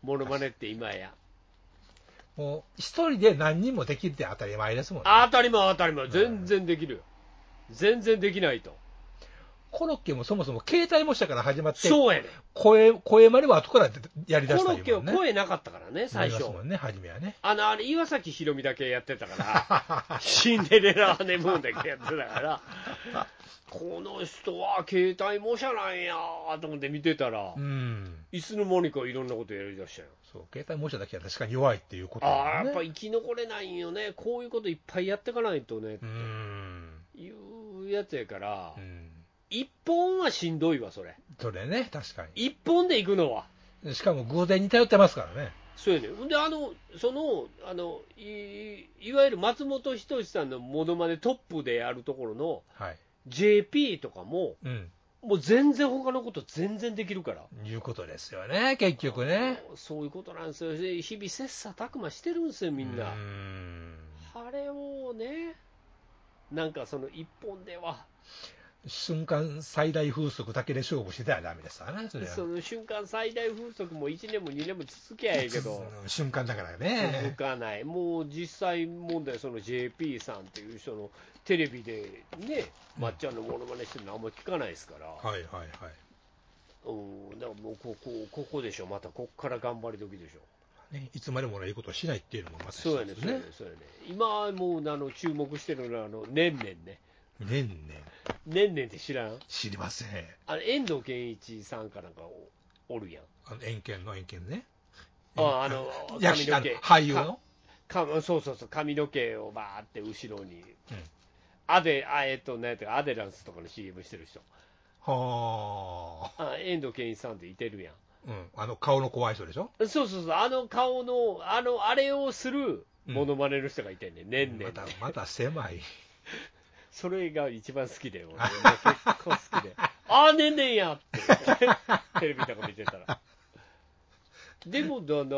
Speaker 3: ものまねって今や。
Speaker 4: もう一人で何人もできるって当たり前ですもんね、
Speaker 3: 当たり前、当たり前、全然できるよ、全然できないと、
Speaker 4: コロッケもそもそも携帯模写から始まって、
Speaker 3: そうやね
Speaker 4: 声声までは後からやり
Speaker 3: コ
Speaker 4: だした
Speaker 3: ロ
Speaker 4: り
Speaker 3: ッケは
Speaker 4: もんね、
Speaker 3: 声なかったからね、
Speaker 4: な
Speaker 3: 最
Speaker 4: りま
Speaker 3: 初
Speaker 4: す。もんね、初めはね。
Speaker 3: あのあれ岩崎宏美だけやってたから、シンデレラ・ハネムーンだけやってたから、この人は携帯模写なんやと思って見てたら
Speaker 4: う、ん
Speaker 3: いつの間にかいろんなことやりだしたよ。
Speaker 4: そう携帯模写だけは確かに弱いっていうことだよ
Speaker 3: ああ、やっぱ
Speaker 4: ね
Speaker 3: 生き残れないんよね、こういうこといっぱいやっていかないとね
Speaker 4: う、ん、
Speaker 3: いうやつやから
Speaker 4: う、ん、
Speaker 3: 一本はしんどいわ、それ、
Speaker 4: それね、確か
Speaker 3: 一本で行くのは、
Speaker 4: に、しかも偶然に頼ってますからね、
Speaker 3: そうやねん、で、あの、その、あのいいわゆる松本人志さんのものまねトップでやるところの
Speaker 4: はい、
Speaker 3: JP とかも、
Speaker 4: うん、
Speaker 3: もう全然他のこと全然できるから、
Speaker 4: いうことですよね、結局ね、
Speaker 3: そういうことなんですよ、で日々切磋琢磨してるんですよ、みんな
Speaker 4: う。ん、
Speaker 3: あれをね、なんかその一本では。
Speaker 4: 瞬間最大風速だけで勝負してたらダメですからね、それは
Speaker 3: その瞬間最大風速も1年も2年も続きゃええけ ど、
Speaker 4: うん瞬間だから
Speaker 3: 続
Speaker 4: ね、
Speaker 3: かない、もう実際問題、その JP さんっていう人のテレビでね、まっちゃんのものまねしてるのあんま聞かないですから、
Speaker 4: はいはいはい、
Speaker 3: うん、だからもうここここでしょ、またここから頑張り時でしょ、
Speaker 4: ね、いつまでもいいことをしないっていうのもまさ
Speaker 3: そうやね、
Speaker 4: です
Speaker 3: そうやね、そうやね、今、もうあの注目してるのは、あの年々ね、
Speaker 4: 年々
Speaker 3: 年々って知らん、
Speaker 4: 知りません、
Speaker 3: あの遠藤健一さんかなんかおおるやん、
Speaker 4: あの円券の円券ね、
Speaker 3: ああの髪
Speaker 4: 役者
Speaker 3: の
Speaker 4: の
Speaker 3: 毛、
Speaker 4: 俳優の。
Speaker 3: かそうそうそう髪の毛をバーって後ろに、
Speaker 4: うん
Speaker 3: アデあえっとなんやったかアデランスとかの CM してる人
Speaker 4: はあ、
Speaker 3: あ遠藤健一さんっていてるや
Speaker 4: うん、あの顔の怖い人でしょ、
Speaker 3: んそうそうそうあの顔のあのあれをするモノマネの人がいてんね、ん、年
Speaker 4: ま
Speaker 3: 々
Speaker 4: たまた 狭い、
Speaker 3: それが一番好き で俺もう結構好きでああ年々やって テレビとか見てたらでもだななん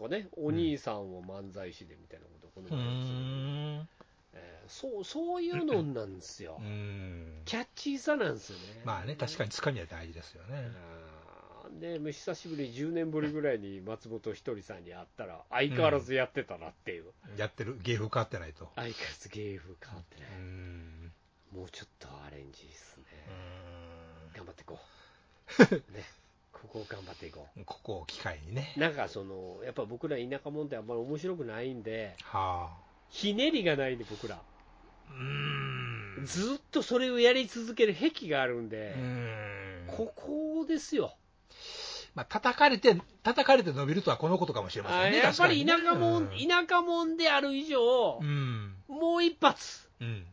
Speaker 3: かねお兄さんを漫才師でみたいなことこの前やってたけど
Speaker 4: ん、
Speaker 3: えーそうそういうのなんですよ、
Speaker 4: うん、
Speaker 3: キャッチーさなんですよね。
Speaker 4: まあね、確かにつかみは大事ですよね、
Speaker 3: あーでもう久しぶりに10年ぶりぐらいに松本ひとりさんに会ったら相変わらずやってたなっていう、
Speaker 4: やってる芸風変わってないと、
Speaker 3: 相変わらず芸風変わって
Speaker 4: う
Speaker 3: ない、
Speaker 4: ん、
Speaker 3: もうちょっとアレンジですね。
Speaker 4: う
Speaker 3: 頑張っていこ う。ね。ここを頑張っていこ
Speaker 4: ーんここを機会にね
Speaker 3: う。。なんかその、やっぱ僕ら田舎者ってあんまり面白くないんで、
Speaker 4: は
Speaker 3: ひねりがないんで僕ら。
Speaker 4: あ。うーん。
Speaker 3: ずっとそれをやり続ける癖があるん
Speaker 4: う
Speaker 3: で、
Speaker 4: ーん
Speaker 3: ここですよ。
Speaker 4: まあ、叩かれて、叩かれて伸びるとはこのことかもしれま
Speaker 3: あ
Speaker 4: せんね。
Speaker 3: やっぱり田
Speaker 4: 確か
Speaker 3: 舎
Speaker 4: に
Speaker 3: もん、
Speaker 4: ね
Speaker 3: 田舎もんである以上
Speaker 4: う、ん。
Speaker 3: もう一発、
Speaker 4: うん。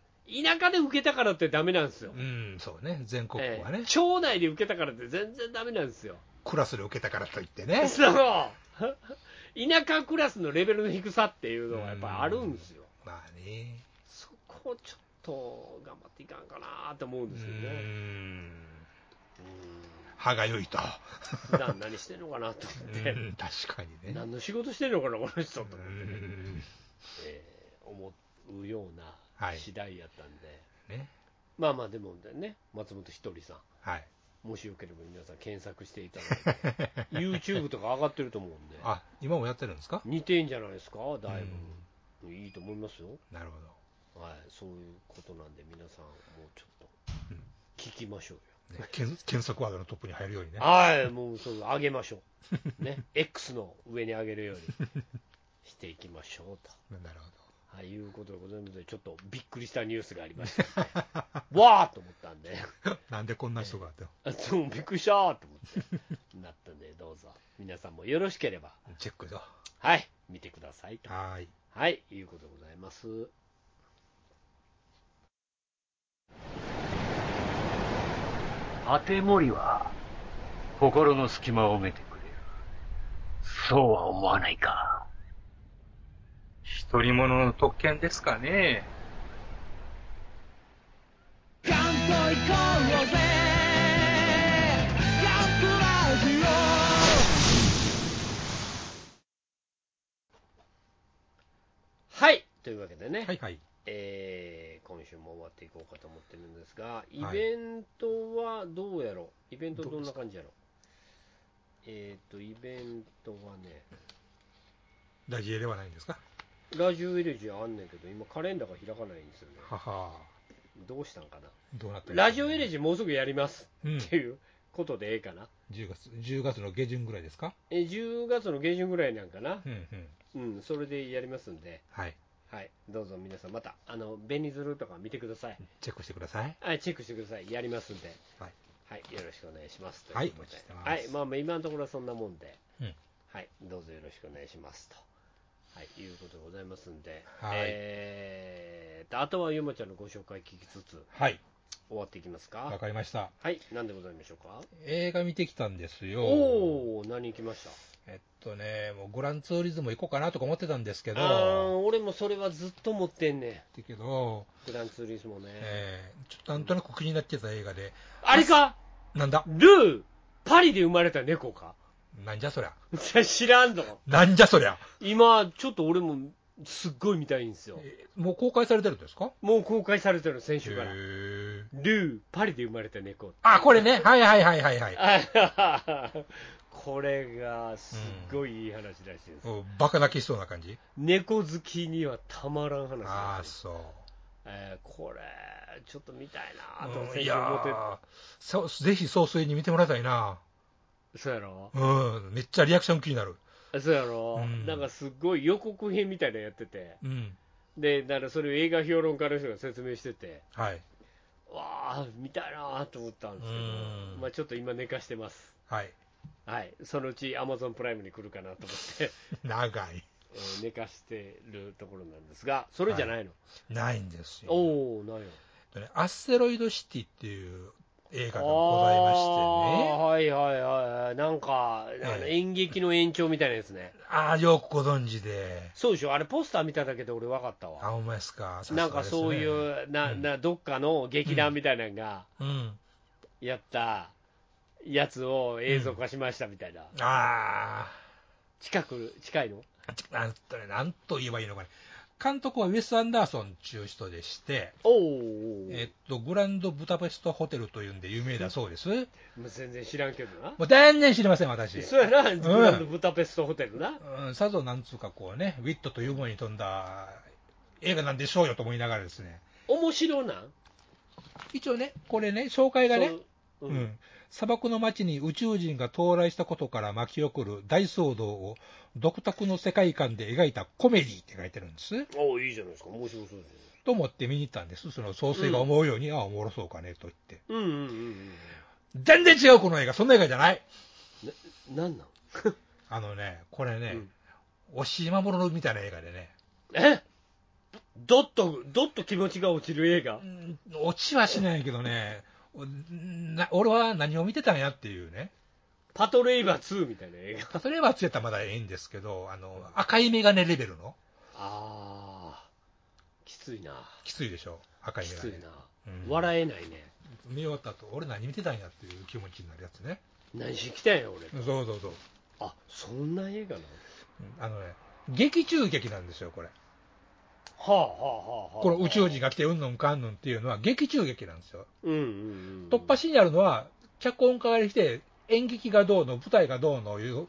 Speaker 3: 田舎で受けたからってダメなんですよ
Speaker 4: う。ん。そうね。全国
Speaker 3: え
Speaker 4: は
Speaker 3: え
Speaker 4: ね、
Speaker 3: 町内で受けたからって全然ダメなんですよ。
Speaker 4: クラスで受けたからといってね。
Speaker 3: そう田舎クラスのレベルの低さっていうのはやっぱりあるんですよ。
Speaker 4: まあね。
Speaker 3: そこをちょっと頑張っていかんかなと思うん
Speaker 4: う
Speaker 3: ですよね。
Speaker 4: ん。
Speaker 3: うん
Speaker 4: 歯がゆいと。
Speaker 3: 普段何してんのかなと思っ
Speaker 4: う
Speaker 3: て、
Speaker 4: ん確かにね。
Speaker 3: 何の仕事してんのかな、この人と
Speaker 4: う
Speaker 3: 思ってね、
Speaker 4: ん。
Speaker 3: えー思うような
Speaker 4: はい
Speaker 3: 次第やったんで、
Speaker 4: ね。
Speaker 3: まあまあ、でもね、松本ひとりさ
Speaker 4: はい。
Speaker 3: ん、もしよければ皆さん検索していただい て、YouTube とか上がってると思うんで、
Speaker 4: あ、今もやってるんですか
Speaker 3: 似てんじゃないですか、だいぶ、いいと思いますよ。
Speaker 4: なるほど。
Speaker 3: はい、そういうことなんで、皆さん、もうちょっと
Speaker 4: うん
Speaker 3: 聞きましょうよ。
Speaker 4: ね検検索ワードのトップに入るようにね。
Speaker 3: はい、もうそう上げましょ う、ね、X の上に上げるようにしていきましょうと。
Speaker 4: なるほ
Speaker 3: はい、いうことでございますので、ちょっとびっくりしたニュースがありましたん で、わーっと思ったんで、
Speaker 4: ど。 なんでこんな人がって。
Speaker 3: あそうびっくりしたーと思って、なったんで、どうぞ、皆さんもよろしければ、
Speaker 4: チェックだ。
Speaker 3: はい、見てくださいと。
Speaker 4: はーい。
Speaker 3: はい、いうことでございます。
Speaker 2: 当て森は心の隙間を埋めてくれる。そうは思わないか。
Speaker 5: 一人者の特権ですかね。
Speaker 3: はい、というわけでね、
Speaker 4: はいはい。
Speaker 3: えー今週も終わっていこうかと思ってるんですが、イ
Speaker 4: はい
Speaker 3: ベントはどうやろう、イベントどんな感じやろう、えっ、と、イベントはね、
Speaker 4: ラジエではないんですか
Speaker 3: ラジオエレジーあんねんけど、今、カレンダーが開かないんですよね、
Speaker 4: はは
Speaker 3: どうしたんかな、
Speaker 4: どうなった
Speaker 3: ラジオエレ
Speaker 4: ジ
Speaker 3: ジーもうすぐやります
Speaker 4: うん
Speaker 3: っていうことでええかな、
Speaker 4: 10月 ,10 月の下旬ぐらいですか、
Speaker 3: え10月の下旬ぐらいなんかな、
Speaker 4: うんうん、
Speaker 3: うん、それでやりますんで、
Speaker 4: はい、
Speaker 3: はい、どうぞ皆さん、また、あの、ベニズルとか見てください。
Speaker 4: チェックしてください。
Speaker 3: はい、チェックしてください。やりますんで。
Speaker 4: はい。
Speaker 3: よろしくお願いします。
Speaker 4: はい
Speaker 3: とうことで
Speaker 4: お待ちしてます
Speaker 3: はい、まあまあ今のところはそんなもんで、
Speaker 4: うん
Speaker 3: はい、どうぞよろしくお願いしますと。はい、いうことでございますんで、
Speaker 4: はい
Speaker 3: えーと、あとはゆまちゃんのご紹介聞きつつ、
Speaker 4: はい、
Speaker 3: 終わっていきます
Speaker 4: わ
Speaker 3: か。
Speaker 4: かりました。
Speaker 3: はい、何でございましょうか。
Speaker 4: 映画見てきたんですよ。
Speaker 3: おー、何行きました
Speaker 4: えっとね、もうグランツーリズム行こうかなとか思ってたんですけ
Speaker 3: あー
Speaker 4: ど、
Speaker 3: 俺もそれはずっと持ってんね
Speaker 4: だけど、
Speaker 3: ん。グランツーリスモね。
Speaker 4: えー、ちょっとなんとなく気になってた映画で、
Speaker 3: あれか
Speaker 4: なんだ
Speaker 3: ルー、パリで生まれた猫か
Speaker 4: なんじゃそりゃ。
Speaker 3: 知らんの
Speaker 4: なんじゃそりゃ。
Speaker 3: 今、ちょっと俺もすっごい見たいんですよ。
Speaker 4: えもう公開されてるんですか
Speaker 3: もう公開されてるの、先
Speaker 4: へ
Speaker 3: 週から。
Speaker 4: ー。
Speaker 3: ルー、パリで生まれた猫。
Speaker 4: あ、これね。はいはいはいはいはい。
Speaker 3: あはははこれがすっごいいい話らしいです。
Speaker 4: おバカ泣きしそうな感じ。
Speaker 3: 猫好きにはたまらん話
Speaker 4: あ
Speaker 3: ら
Speaker 4: あ、
Speaker 3: しい。
Speaker 4: そう。
Speaker 3: えーこれ、ちょっと見たいなと、
Speaker 4: うん
Speaker 3: 先
Speaker 4: い
Speaker 3: 週
Speaker 4: や
Speaker 3: 思ってた。
Speaker 4: ーそうぜひ総帥に見てもらいたいな。
Speaker 3: そうやろ
Speaker 4: うん、めっちゃリアクション気になる。
Speaker 3: そうやろ、
Speaker 4: うん
Speaker 3: なんかすっごい予告編みたいなのやってて。
Speaker 4: うん。
Speaker 3: で、だからそれを映画評論家の人が説明してて、
Speaker 4: はい。
Speaker 3: わあ、見たいなと思ったんですけ
Speaker 4: うん
Speaker 3: ど、まあちょっと今寝かしてます。
Speaker 4: はい。
Speaker 3: はい、そのうちアマゾンプライムに来るかなと思って、
Speaker 4: 長い。
Speaker 3: えー寝かしてるところなんですが、それじゃないの。
Speaker 4: ないんですよ。
Speaker 3: おお、ないよ。
Speaker 4: えっとねアステロイドシティっていう映
Speaker 3: あ
Speaker 4: 画がございましてね。
Speaker 3: ーはいはいはい。なんか、あの
Speaker 4: ええ
Speaker 3: 演劇の延長みたいなやつ ね。
Speaker 4: ああ、よくご存知で。
Speaker 3: そうでしょあれポスター見ただけで俺分かった
Speaker 4: あ、
Speaker 3: わ。
Speaker 4: ほんまですか。さすが
Speaker 3: なんか
Speaker 4: ですね
Speaker 3: そうい。う、な、
Speaker 4: うん
Speaker 3: な、どっかの劇団みたいなのが
Speaker 4: うん。
Speaker 3: やったやつを映像化しましたみたいな。
Speaker 4: あ
Speaker 3: 近く、近いの
Speaker 4: あ、ちなんとね、なんと言えばいいのかね。監督はウェス・アンダーソンっていう人でして、
Speaker 3: おお、
Speaker 4: えっと、グランド・ブタペスト・ホテルというんで有名だそうです。も
Speaker 3: もう全然知らんけどな。
Speaker 4: う全然知りません、私。
Speaker 3: そうやな、グランドブタペストホテルな。
Speaker 4: うん、さぞなんつうかこうね、ウィットというものに富んだ映画なんでしょうよと思いながらですね、
Speaker 3: 面白なん
Speaker 4: 一応ね、これね、紹介がね、
Speaker 3: そうううん
Speaker 4: ん、砂漠の街に宇宙人が到来したことから巻き起こる大騒動を独特の世界観で描いたコメディって書いてるんです。
Speaker 3: ああ、いいじゃないですか、面白そうですね。
Speaker 4: と思って見に行ったんです。その総帥が思うように、ああ、おもろそうかねと言って。
Speaker 3: うんうんうん
Speaker 4: 全然違う、この映画。そんな映画じゃない。
Speaker 3: うん。なんなん
Speaker 4: あのね、これね、
Speaker 3: うん
Speaker 4: 押井守のみたいな映画でね、
Speaker 3: えどっと、どっと気持ちが落ちる映画
Speaker 4: う。ん落ちはしないけどね、おな俺は何を見てたんやっていうね。
Speaker 3: パトレイバー2みたいな映画。
Speaker 4: 例えば、つやったらまだいいんですけど、あの、赤いメガネレベルの、
Speaker 3: ああ、きついな。
Speaker 4: きついでしょ、赤い
Speaker 3: き
Speaker 4: メガ
Speaker 3: つ
Speaker 4: ネ
Speaker 3: い。な。
Speaker 4: うん
Speaker 3: 笑えないね。
Speaker 4: 見終わった後、俺何見てたんやっていう気持ちになるやつね。
Speaker 3: 何しに来たんや、俺。
Speaker 4: そうそうそう。
Speaker 3: あ、そんな映画なの
Speaker 4: あのね、劇中劇なんですよ、これ。
Speaker 3: はあはあはあはあ。
Speaker 4: この宇宙人が来てうんぬんかんぬんっていうのは劇中劇なんですよ。
Speaker 3: うんうんうん。
Speaker 4: 突破シーンにあるのは、脚本家ができて、演劇がどうの、舞台がどうのいう、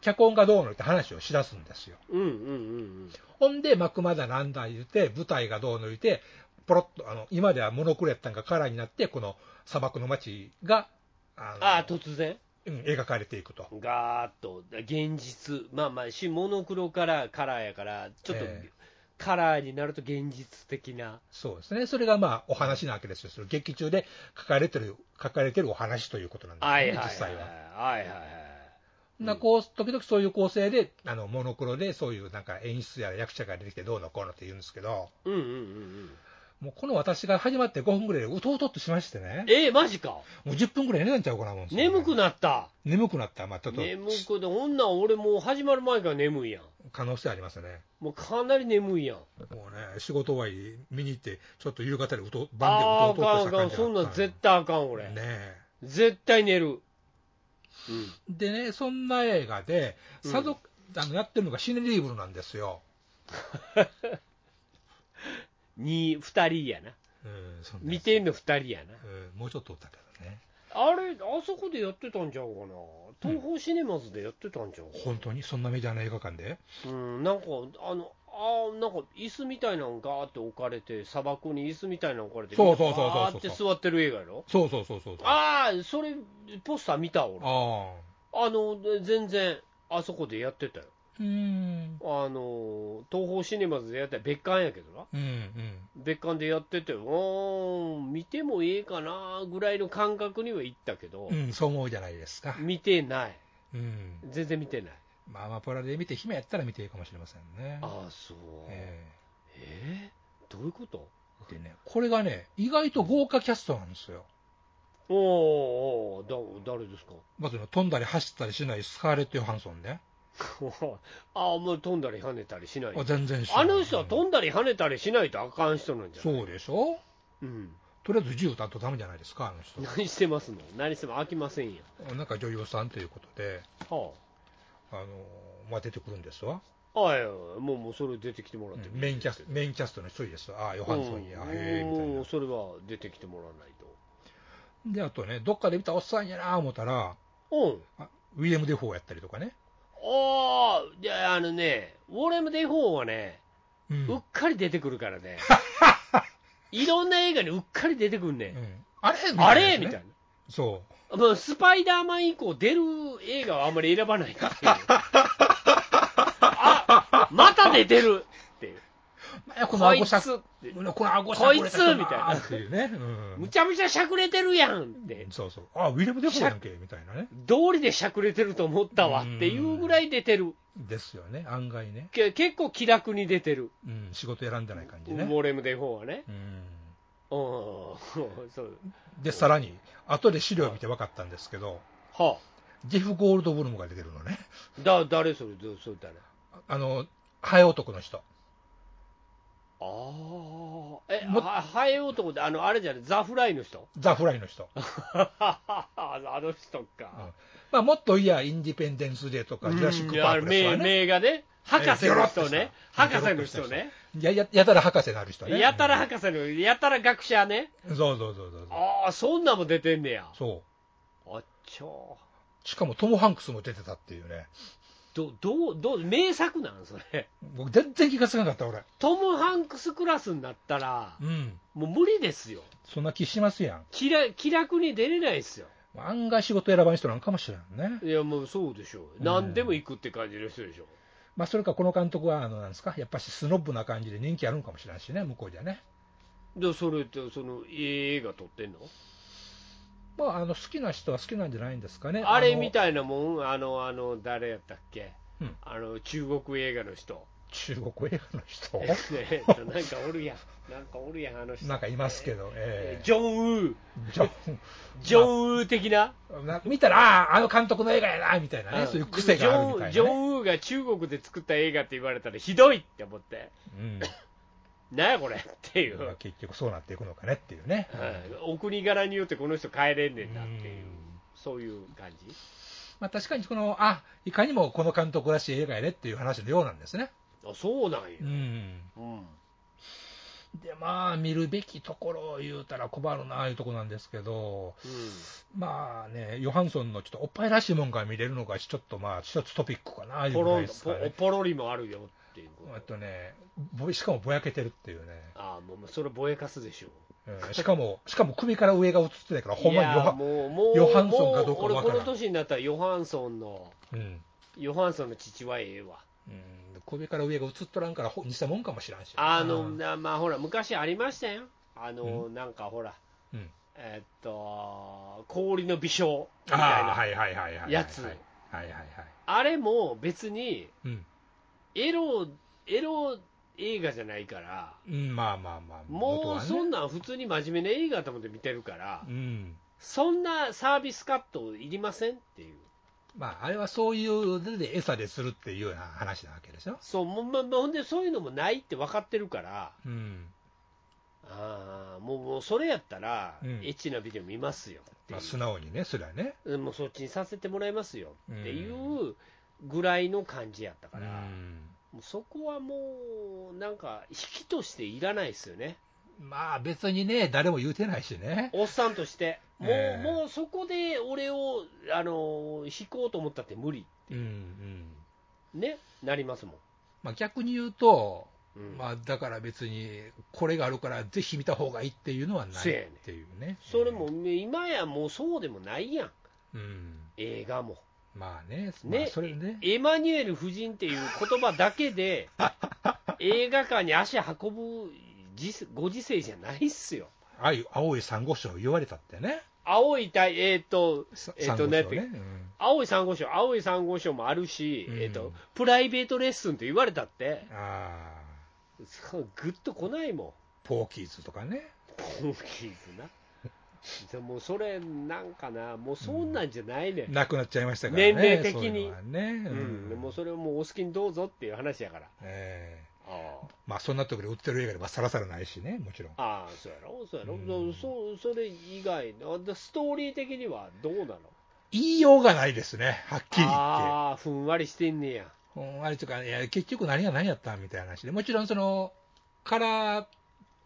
Speaker 4: 脚本がどうのって話をしだすんですよ。
Speaker 3: うんうんうん
Speaker 4: ほんで、幕まだなんだ言うて、舞台がどうの言うて、ポロッと、あの、今ではモノクロやったんがカラーになって、この砂漠の街が、あ
Speaker 3: うん。
Speaker 4: の
Speaker 3: ああ、突然
Speaker 4: うん描かれていくと。
Speaker 3: ガーッと、現実。まあまあ、し、モノクロからカラーやから、ちょっと、
Speaker 4: ええ
Speaker 3: カラーになると現実的な。
Speaker 4: そうですね。それがまあ、お話なわけですよ。その劇中で書かれてる、書かれてるお話ということなんです
Speaker 3: はいはい
Speaker 4: ね、
Speaker 3: はい。
Speaker 4: 実際は。
Speaker 3: はいはいはい。
Speaker 4: なこう時々そういう構成で、あのモノクロで、そういうなんか演出やら役者が出てきて、どうのこうのって言うんですけど、
Speaker 3: うんうんうんうん。
Speaker 4: もうこの私が始まって5分ぐらいで、うとうとっとしましてね、
Speaker 3: ええマジか。
Speaker 4: もう10分ぐらい寝たんちゃうかな、もう
Speaker 3: 眠くなった。
Speaker 4: 眠くなった、まあ、ちょっと
Speaker 3: 眠くな、ほんなん俺もう始まる前から眠いやん。
Speaker 4: 可能性ありますよね、
Speaker 3: もうかなり眠いやん。
Speaker 4: もうね、仕事終わり、見に行って、ちょっと夕方でうと晩でう
Speaker 3: ああ、
Speaker 4: と
Speaker 3: あ
Speaker 4: う
Speaker 3: かんあ
Speaker 4: とっとした
Speaker 3: か
Speaker 4: 感
Speaker 3: ん。
Speaker 4: じ
Speaker 3: そんなん
Speaker 4: だった
Speaker 3: 絶対あかん、俺。
Speaker 4: ねえ
Speaker 3: 絶対寝る。うん。
Speaker 4: でね、そんな映画で、
Speaker 3: うん
Speaker 4: さぞあのやってるのがシネリーブルなんですよ。
Speaker 3: に、二人やな。
Speaker 4: うん、そんな
Speaker 3: 見てんの二人やな。
Speaker 4: うん、もうちょっとおったけどね。
Speaker 3: あれ、あそこでやってたんちゃうかな。東宝シネマズでやってたんちゃうか
Speaker 4: 本当にそんなメジャーな映画館で
Speaker 3: うん、なんか、あの、あーなんか、椅子みたいなのガーって置かれて、砂漠に椅子みたいなの置かれて、
Speaker 4: そうそうそうそうそう
Speaker 3: ガーって座ってる映画やろ
Speaker 4: そうそうそうそうそう。
Speaker 3: ああ、それ、ポスター見た、俺。
Speaker 4: あ
Speaker 3: あの、全然、あそこでやってたよ。
Speaker 4: ー。うん。
Speaker 3: あの、東宝シネマズでやったら別館やけどな。
Speaker 4: うんうん。
Speaker 3: 別館でやってて、うーん、見てもええかなぐらいの感覚には行ったけど
Speaker 4: う、ん、そう思うじゃないですか。
Speaker 3: 見てない。
Speaker 4: うん。
Speaker 3: 全然見てない。
Speaker 4: まあ、アマプラで見て、姫やったら見ていいかもしれませんね。
Speaker 3: ああ、そう。え
Speaker 4: え
Speaker 3: えどういうこと
Speaker 4: えでね、これがね、意外と豪華キャストなんですよ。
Speaker 3: おーおーだ、誰ですか
Speaker 4: まずね、飛んだり走ったりしないスカーレット・ヨハンソンね。
Speaker 3: ああ、もう飛んだり跳ねたりしない。
Speaker 4: あ全然しな
Speaker 3: あ
Speaker 4: い
Speaker 3: の人は飛んだり跳ねたりしないとあかん人なんじゃない
Speaker 4: そうでしょ
Speaker 3: うん。
Speaker 4: とりあえず銃撃たんとダメじゃないですか、あの人。
Speaker 3: 何してますの何しても飽きませんやん。
Speaker 4: なんか女優さんということで、
Speaker 3: は
Speaker 4: あのまあ、出てくるんですわ。
Speaker 3: あ。ああ、いやもう、もうそれ出てきてもらって
Speaker 4: メインキャスメインキャストの一人ですわ。ああ、ヨハンソンや、へえ、みたい
Speaker 3: も
Speaker 4: な
Speaker 3: う。それは出てきてもらわないと。
Speaker 4: で、あとね、どっかで見たおっさんやなぁ思ったら、
Speaker 3: うん。
Speaker 4: あウィリアム・デフォーやったりとかね。
Speaker 3: おー、で、あのね、ウォーレム・デフォーはね、
Speaker 4: うん
Speaker 3: うっかり出てくるから ね。いろんな映画にうっかり出てくんね。
Speaker 4: うんあれ
Speaker 3: あれみたい
Speaker 4: な
Speaker 3: な
Speaker 4: ね。。そ
Speaker 3: もうスパイダーマン以降出る映画はあんまり選ばないっていうあ、また出てるっていう。
Speaker 4: う。まあ、この
Speaker 3: こ
Speaker 4: 顎
Speaker 3: い
Speaker 4: しゃ
Speaker 3: つ
Speaker 4: く、
Speaker 3: って。
Speaker 4: この顎しゃく
Speaker 3: こいつ
Speaker 4: れた人
Speaker 3: みたいな
Speaker 4: っていうね。うん
Speaker 3: むちゃむちゃしゃくれてるやんって。
Speaker 4: そうそう。あ、ウィリアム・デフォーやんけ、みたいなね。
Speaker 3: 道理でしゃくれてると思ったわっていうぐらい出てる。
Speaker 4: ですよね、案外ね。
Speaker 3: け結構気楽に出てる。
Speaker 4: うん、仕事選んでない感
Speaker 3: ウ
Speaker 4: じ
Speaker 3: ォ
Speaker 4: ね。
Speaker 3: ーレム・デフォーはね。
Speaker 4: うん。
Speaker 3: うん。 そう。
Speaker 4: で、さらに、後で資料を見て分かったんですけど、
Speaker 3: は
Speaker 4: ジェフ・ゴールドブルムが出てるのね。
Speaker 3: あ。だ、誰それ、どそれ誰
Speaker 4: あの、ハエ男の人。
Speaker 3: ああ。え、はハエ男で、あの、あれじゃない、ザ・フライの人
Speaker 4: ザ・フライの人。
Speaker 3: あの人か。
Speaker 4: まあ、もっといや、インディペンデンス・デーとか、ジュラシック・パークです
Speaker 3: 名
Speaker 4: わね。
Speaker 3: 名がね、博士の人ね、
Speaker 4: えギョ
Speaker 3: 博士
Speaker 4: ロ
Speaker 3: の
Speaker 4: ッとした
Speaker 3: 人ね、
Speaker 4: やややたら博士のある人ね。
Speaker 3: やたら博士の、やたら学者ね、
Speaker 4: 士。そうそうそうそう。
Speaker 3: ああ、そんなんも出てんねや、
Speaker 4: そう。
Speaker 3: あっちょ
Speaker 4: しかもトム・ハンクスも出てたっていうね。
Speaker 3: ど、どう、どう、名作なんそれ。
Speaker 4: 僕、全然気がつかなかった、俺。
Speaker 3: トム・ハンクスクラスになったら、
Speaker 4: うん。
Speaker 3: もう無理ですよ。
Speaker 4: そんな気しますやん。
Speaker 3: 気ら気楽に出れないですよ。
Speaker 4: 案外仕事選ばん人なんかもしれんね。
Speaker 3: いや、もうそうでしょう。何でも行くって感じの人でしょ。
Speaker 4: まあ、それかこの監督は、あの、なんですか、やっぱしスノブな感じで人気あるんかもしれんしね、向こうじゃね。
Speaker 3: で、それって、その、映画撮ってんの
Speaker 4: まあ、あの、好きな人は好きなんじゃないんですかね。
Speaker 3: あれみ
Speaker 4: い。
Speaker 3: たいなもん、あの、あの、誰やったっけ
Speaker 4: うん
Speaker 3: あの、中国映画の人。
Speaker 4: 中国映画の人
Speaker 3: えっとなんかおるやん。なんかおるやん、あの人。
Speaker 4: なんかいますけど、え
Speaker 3: えー
Speaker 4: え
Speaker 3: ジョン・ウー。
Speaker 4: ジョン
Speaker 3: ジョン・ウー的な。
Speaker 4: な見たら、ああ、あの監督の映画やな、みたいなね、
Speaker 3: うん
Speaker 4: そういう癖があるみたい
Speaker 3: ジョ
Speaker 4: な、
Speaker 3: ンジ
Speaker 4: ね。
Speaker 3: ョン・ウーが中国で作った映画って言われたらひどいって思って、
Speaker 4: うん
Speaker 3: なんやこれっていう、はい
Speaker 4: 結局そうなっていくのかねっていうね。
Speaker 3: お国柄によってこの人帰れんねんなっていう
Speaker 4: う、
Speaker 3: そういう感じ。
Speaker 4: まあ、確かにこの、あいかにもこの監督らしい映画やねっていう話のようなんですね。
Speaker 3: あそうなんや。
Speaker 4: うん、
Speaker 3: うん
Speaker 4: で、まあ、見るべきところを言うたら困るなあいうとこなんですけど、まあね、ヨハンソンのちょっとおっぱいらしいもんが見れるのが、ちょっとまあ、一つトピックかなあ
Speaker 3: う
Speaker 4: い
Speaker 3: ん、
Speaker 4: う
Speaker 3: ポ
Speaker 4: ぐら
Speaker 3: ロ
Speaker 4: い
Speaker 3: ン
Speaker 4: ですか
Speaker 3: ポ
Speaker 4: ね。
Speaker 3: ポロリもあるよっていうこと
Speaker 4: あとね、ぼしかもぼやけてるっていうね、
Speaker 3: ああもうそれぼやかすでしょ
Speaker 4: うんしかも、しかも首から上が映ってないから、ほんまにヨ
Speaker 3: いや
Speaker 4: ハ
Speaker 3: もうもう
Speaker 4: ヨハンソンかどうかわか
Speaker 3: もう俺
Speaker 4: らん
Speaker 3: この年になったらヨハンソンの
Speaker 4: うん、
Speaker 3: ヨハンソンの父はええわ
Speaker 4: うん、首から上が映っとらんから、ほ似たもんかもしらんし。
Speaker 3: あ
Speaker 4: う
Speaker 3: の、
Speaker 4: ん
Speaker 3: なまあほら、昔ありましたよ。あの、なんかほら、
Speaker 4: うん
Speaker 3: えっと、氷の微笑みたい
Speaker 4: ああ、
Speaker 3: な
Speaker 4: はいはいはいはいはい。
Speaker 3: やつ。
Speaker 4: は
Speaker 3: あ,、
Speaker 4: いはいはい。
Speaker 3: れも別に、
Speaker 4: うん。
Speaker 3: エロ、エロ映画じゃないから、
Speaker 4: うん、まあまあまあ。元
Speaker 3: も
Speaker 4: は
Speaker 3: う
Speaker 4: ね
Speaker 3: そんなん普通に真面目な映画と思って見てるから、
Speaker 4: うん。
Speaker 3: そんなサービスカットいりませんっていう。
Speaker 4: まあ、あれはそういうので餌でするっていうような話なわけでしょ。
Speaker 3: そう、もうままほんでそういうのもないって分かってるから、
Speaker 4: うん。
Speaker 3: あーもうもうそれやったら、
Speaker 4: うん
Speaker 3: エッチなビデオ見ますよってい
Speaker 4: ま
Speaker 3: う
Speaker 4: あ、素直にね、それはね。
Speaker 3: うんもうそっちにさせてもらいますよ
Speaker 4: うん
Speaker 3: っていうぐらいの感じやった
Speaker 4: う
Speaker 3: から、
Speaker 4: ん。
Speaker 3: もうそこはもう、なんか、引きとしていらないですよね、
Speaker 4: まあ、別にね、誰も言うてないしね。
Speaker 3: おっさんとして、もう,、
Speaker 4: ええ
Speaker 3: もうそこで俺をあの引こうと思ったって無理、
Speaker 4: うんうん。
Speaker 3: ね、なりますも
Speaker 4: まあ、逆に言うと、
Speaker 3: ん、うん
Speaker 4: まあ、だから別に、これがあるから、ぜひ見た方がいいっていうのはない
Speaker 3: せやね
Speaker 4: っていうね。
Speaker 3: それも、今やもうそうでもないやん、
Speaker 4: うん。
Speaker 3: 映画も。
Speaker 4: まあね、
Speaker 3: ね
Speaker 4: まあそれね。
Speaker 3: エマニュエル夫人っていう言葉だけ で、映画館に足運ぶじご時世じゃないっすよ。
Speaker 4: あい青い珊瑚礁言われたってね。
Speaker 3: 青いたえっ、と、
Speaker 4: さ
Speaker 3: えっ
Speaker 4: 珊瑚
Speaker 3: と
Speaker 4: 礁
Speaker 3: ね
Speaker 4: ね。
Speaker 3: 青い珊瑚礁、青い珊瑚礁もあるし、
Speaker 4: うん
Speaker 3: えっと、プライベートレッスンって言われたって
Speaker 4: うん、ああ、
Speaker 3: そうグッと来ないもん、
Speaker 4: ポーキーズとかね。
Speaker 3: ポーキーズな。でもうそれ、なんかな、もうそんなんじゃないねん。
Speaker 4: なくなっちゃいましたからね。
Speaker 3: 年齢的に
Speaker 4: そういうのはね。
Speaker 3: う、
Speaker 4: うん
Speaker 3: でもうそれをもうお好きにどうぞっていう話やから。
Speaker 4: ええ
Speaker 3: ああ
Speaker 4: まあそんなところで売ってる映画ではさらさらないしね、もちろん。
Speaker 3: ああ、そうやろ、そうやろ、
Speaker 4: うん
Speaker 3: そうそれ以外の、でストーリー的にはどうなの
Speaker 4: 言いようがないですね、はっきり言って。
Speaker 3: ああ、ふんわりしてんねや。
Speaker 4: ほんわりとか、いや、結局何が何やったんみたいな話で。もちろんその、カラー、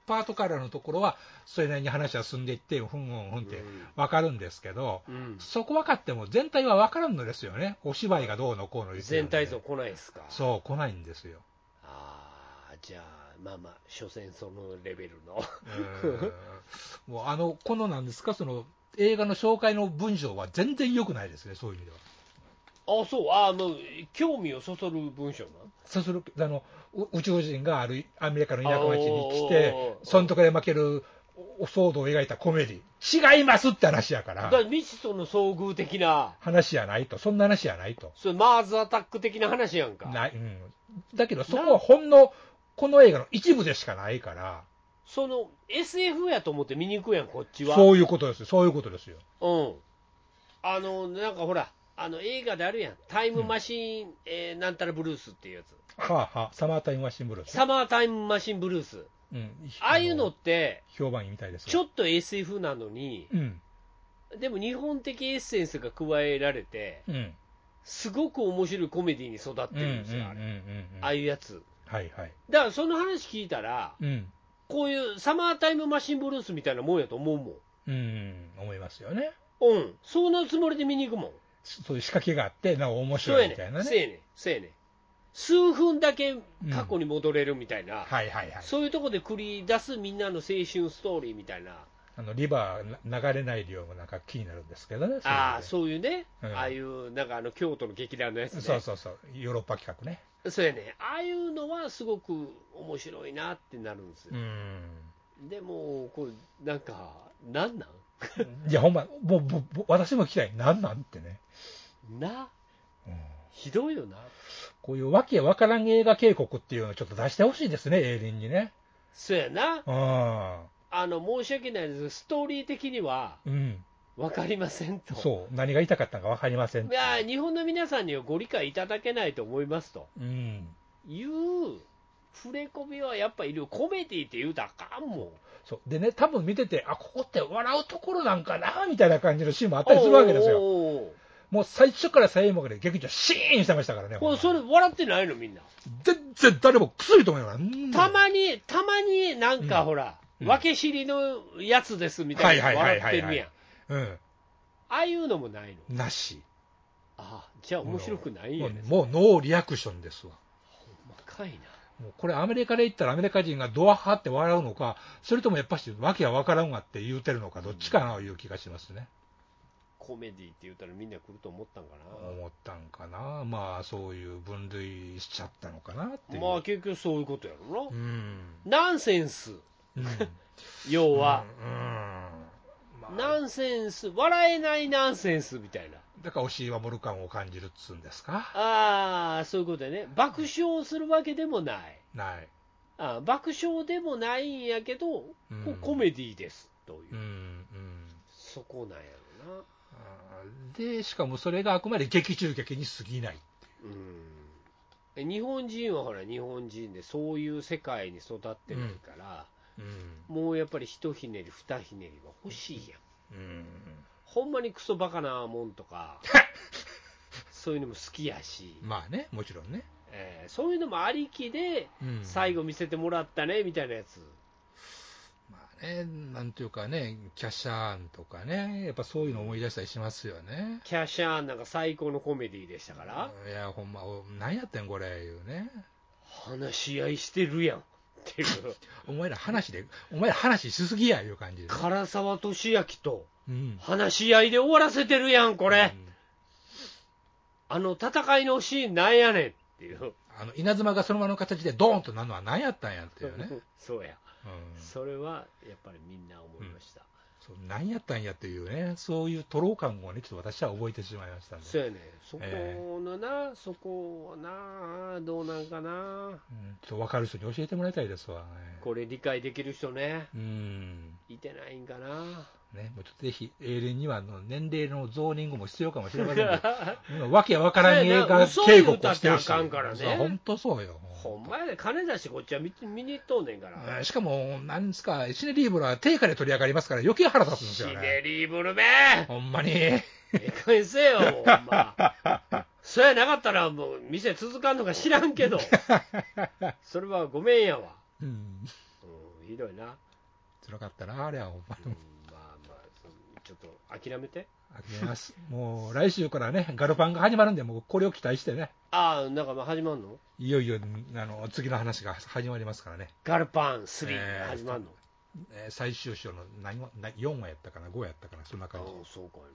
Speaker 4: パートからのところは、それなりに話は進んでいって、ふんふんふんって分かるんですけど、
Speaker 3: うん、
Speaker 4: そこ分かっても全体は分からんのですよね。お芝居がどうのこうの言って
Speaker 3: 全
Speaker 4: るんで
Speaker 3: 体像来ないですか。
Speaker 4: そう、来ないんですよ。
Speaker 3: ああ、じゃあ、まあまあ、所詮そのレベルの。
Speaker 4: うんもうあの、このなんですか、その映画の紹介の文章は全然良くないですね、そういう意味では。
Speaker 3: あそう、あもう、興味をそそる文章な。
Speaker 4: そうするあのう宇宙人があるアメリカの田舎町に来て
Speaker 3: おー、
Speaker 4: そのとこで負けるお騒動を描いたコメディ違いますって話やか
Speaker 3: だ
Speaker 4: ら
Speaker 3: か、ら未知との遭遇的な、
Speaker 4: 話やないと、そんな話やないと。
Speaker 3: それマーズアタック的な話やんか。
Speaker 4: ないうん、だけど、そこはほんの、この映画の一部でしかないから、
Speaker 3: その、SF やと思って見に行くやん、こっちは。
Speaker 4: そういうことですよ、そういうことですよ。
Speaker 3: うん。あの、なんかほら、あの映画であるやん、タイムマシーン、えーなんたらブルースっていうやつ、
Speaker 4: はあはあ、サマータイムマシンブルース。
Speaker 3: サマータイムマシーンブルース、
Speaker 4: うん
Speaker 3: ああいうのって、
Speaker 4: 評判いいみたいですわ。
Speaker 3: ちょっと SF なのに、
Speaker 4: うん、
Speaker 3: でも日本的エッセンスが加えられて、
Speaker 4: うん。
Speaker 3: すごく面白いコメディに育ってるんですよ、あれああ
Speaker 4: はい
Speaker 3: いうやつ。
Speaker 4: はいはい。
Speaker 3: だからその話聞いたら、
Speaker 4: うん。
Speaker 3: こういうサマータイムマシンブルースみたいなもんやと思うもん。
Speaker 4: うん、思いますよね。
Speaker 3: うん、そのつもりで見に行くもん。
Speaker 4: そういう仕掛けがあって、なお面
Speaker 3: そう
Speaker 4: 白
Speaker 3: や
Speaker 4: い
Speaker 3: ね、
Speaker 4: みたいなんね。
Speaker 3: そうやねん、そうやねん。数分だけ過去に戻れるみたいな、
Speaker 4: はいはいはい。
Speaker 3: そういうとこで繰り出すみんなの青春ストーリーみたいな、
Speaker 4: あのリバーな流れない量もなんか気になるんですけどね。
Speaker 3: ああ、
Speaker 4: う
Speaker 3: そういうね、
Speaker 4: うん
Speaker 3: ああいう、なんかあの京都の劇団のやつね、
Speaker 4: そうそうそう。ヨーロッパ企画ね。
Speaker 3: そうやね、ああいうのはすごく面白いなってなるんですよ
Speaker 4: う。ん。
Speaker 3: でも、こうなんか、なんなん
Speaker 4: いや、ほんま、もう、ぼぼ私も聞きたい。なんなんってね。
Speaker 3: な、
Speaker 4: うん
Speaker 3: ひどいよな、
Speaker 4: こういうわけわからん映画警告っていうのをちょっと出してほしいですね、エイリンにね。
Speaker 3: そうやな、
Speaker 4: うん。
Speaker 3: あの申し訳ないです、ストーリー的には
Speaker 4: うん。
Speaker 3: 分かりませんと。
Speaker 4: そう。何が言いたかったのかわかりません。
Speaker 3: いや日本の皆さんにはご理解いただけないと思いますと
Speaker 4: うん。
Speaker 3: いう触れ込みはやっぱいる、コメディって言うたらあかんもん。
Speaker 4: そう。でね、多分見てて、あ、ここって笑うところなんかな、みたいな感じのシーンもあったりするわけですよ。
Speaker 3: おうおうおう
Speaker 4: もう最初から最後まで劇場シーンしてましたからね。
Speaker 3: これそれ
Speaker 4: ほんま
Speaker 3: 笑ってないの、みんな。
Speaker 4: 全然誰もくすりと思いながらうん
Speaker 3: たまに、たまになん
Speaker 4: う
Speaker 3: か
Speaker 4: ん
Speaker 3: ほら、
Speaker 4: うん
Speaker 3: 分け知りのやつですみたいな、
Speaker 4: はいはいは
Speaker 3: 笑
Speaker 4: い
Speaker 3: っ
Speaker 4: はい
Speaker 3: て
Speaker 4: はい
Speaker 3: るやん。
Speaker 4: うん。
Speaker 3: ああいうのもないの。
Speaker 4: なし。
Speaker 3: ああ、じゃあ面白くないん
Speaker 4: も
Speaker 3: や
Speaker 4: う
Speaker 3: ね。
Speaker 4: もうノーリアクションですわ。
Speaker 3: 若いな。
Speaker 4: もうこれアメリカで行ったらアメリカ人がドア派って笑うのか、それともやっぱし訳は分からんわって言うてるのか、どっちかなという気がしますね。
Speaker 3: コメディって言ったらみんな来ると思ったんか
Speaker 4: 思ったんかな。まあそういう分類しちゃったのかなって
Speaker 3: な。
Speaker 4: いう。
Speaker 3: まあ結局そういうことやろ
Speaker 4: う
Speaker 3: な。
Speaker 4: ん。
Speaker 3: ナンセンス、
Speaker 4: うん。
Speaker 3: 要は。
Speaker 4: うん。うんまあ、
Speaker 3: ナンセンス、笑えないナンセンスみたいな、
Speaker 4: だから押井守感を感じるっつうんですか。
Speaker 3: ああ、そういうことやね、爆笑をするわけでもない、
Speaker 4: ない。
Speaker 3: あー爆笑でもないんやけど、こう
Speaker 4: うん
Speaker 3: コメディですという、
Speaker 4: うん。うん。
Speaker 3: そこなんやろな、
Speaker 4: あーで、しかもそれがあくまで劇中劇に過ぎない。
Speaker 3: うん、日本人はほら、日本人でそういう世界に育ってないから、
Speaker 4: うん。
Speaker 3: もうやっぱりひとひねり、ふたひねりは欲しいやん、
Speaker 4: うん。
Speaker 3: ほんまにクソバカなもんと か、そういうのも好きやし、
Speaker 4: まあね、もちろんね。
Speaker 3: えーそういうのもありきで、
Speaker 4: うん
Speaker 3: 最後見せてもらったねみたいなやつ、
Speaker 4: まあね、なんていうかね、キャシャーンとかね、やっぱそういうの思い出したりしますよね。
Speaker 3: キャシャーンなんか最高のコメディでしたから、
Speaker 4: いや、ほんま、お何やってんこれ、いうね。
Speaker 3: 話し合いしてるやんっていう、
Speaker 4: お前ら話で、お前ら話しすぎや、いう感じで。
Speaker 3: 唐沢俊明と
Speaker 4: うん。
Speaker 3: 話し合いで終わらせてるやん、こ
Speaker 4: こ
Speaker 3: れ、あの戦いのシーンなんやねんっていう、
Speaker 4: あの、稲妻がそのままの形でドーンとなるのは何やったんやっていうね。うん
Speaker 3: そうや、それはやっぱりみんな思いました、
Speaker 4: そう何やったんやっていうね、そういうトロー感をね、ちょっと私は覚えてしまいましたんで。
Speaker 3: そうやね、そこ
Speaker 4: え
Speaker 3: のな、そこをな、どうなんかな、
Speaker 4: うんちょっと分かる人に教えてもらいたいですわ、ね。
Speaker 3: これ理解できる人ね、
Speaker 4: うん。
Speaker 3: いてないんかな。
Speaker 4: ね、もうちょっとぜひ、永遠にはあの年齢のゾーニングも必要かもしれません けど、わけわからん映画警告をしてほしい。
Speaker 3: そうやな嘘言うたってあかんからね
Speaker 4: そう本当そうよ。
Speaker 3: ほんまやで、金出してこっちは見見に行っとんねんから。
Speaker 4: えーしかも、なんですか、シネリーブルは定価で取り上がりますから、余計腹立つんです
Speaker 3: ひ
Speaker 4: よ
Speaker 3: ね
Speaker 4: ね。
Speaker 3: りブルめ
Speaker 4: ほんまに。
Speaker 3: ええかげんせえよ、ほんま。そやなかったら、もう店続かんのか知らんけど、それはごめんやわ。
Speaker 4: うん。
Speaker 3: うん、ひどいな。
Speaker 4: 辛かったな、あれはほんま
Speaker 3: うん
Speaker 4: に。
Speaker 3: まあまあ、ちょっと諦めて。
Speaker 4: 諦めます。もう、来週からね、ガルパンが始まるんで、もうこれを期待してね、
Speaker 3: ああ、なんかまあ始まんの
Speaker 4: いよいよ、あの、次の話が始まりますからね。
Speaker 3: ガルパン3、
Speaker 4: ええ
Speaker 3: 始まんの
Speaker 4: えー最終章の何話、何4話やったかな、5話やったかな、そんな
Speaker 3: ああ
Speaker 4: 感、
Speaker 3: そうかいね。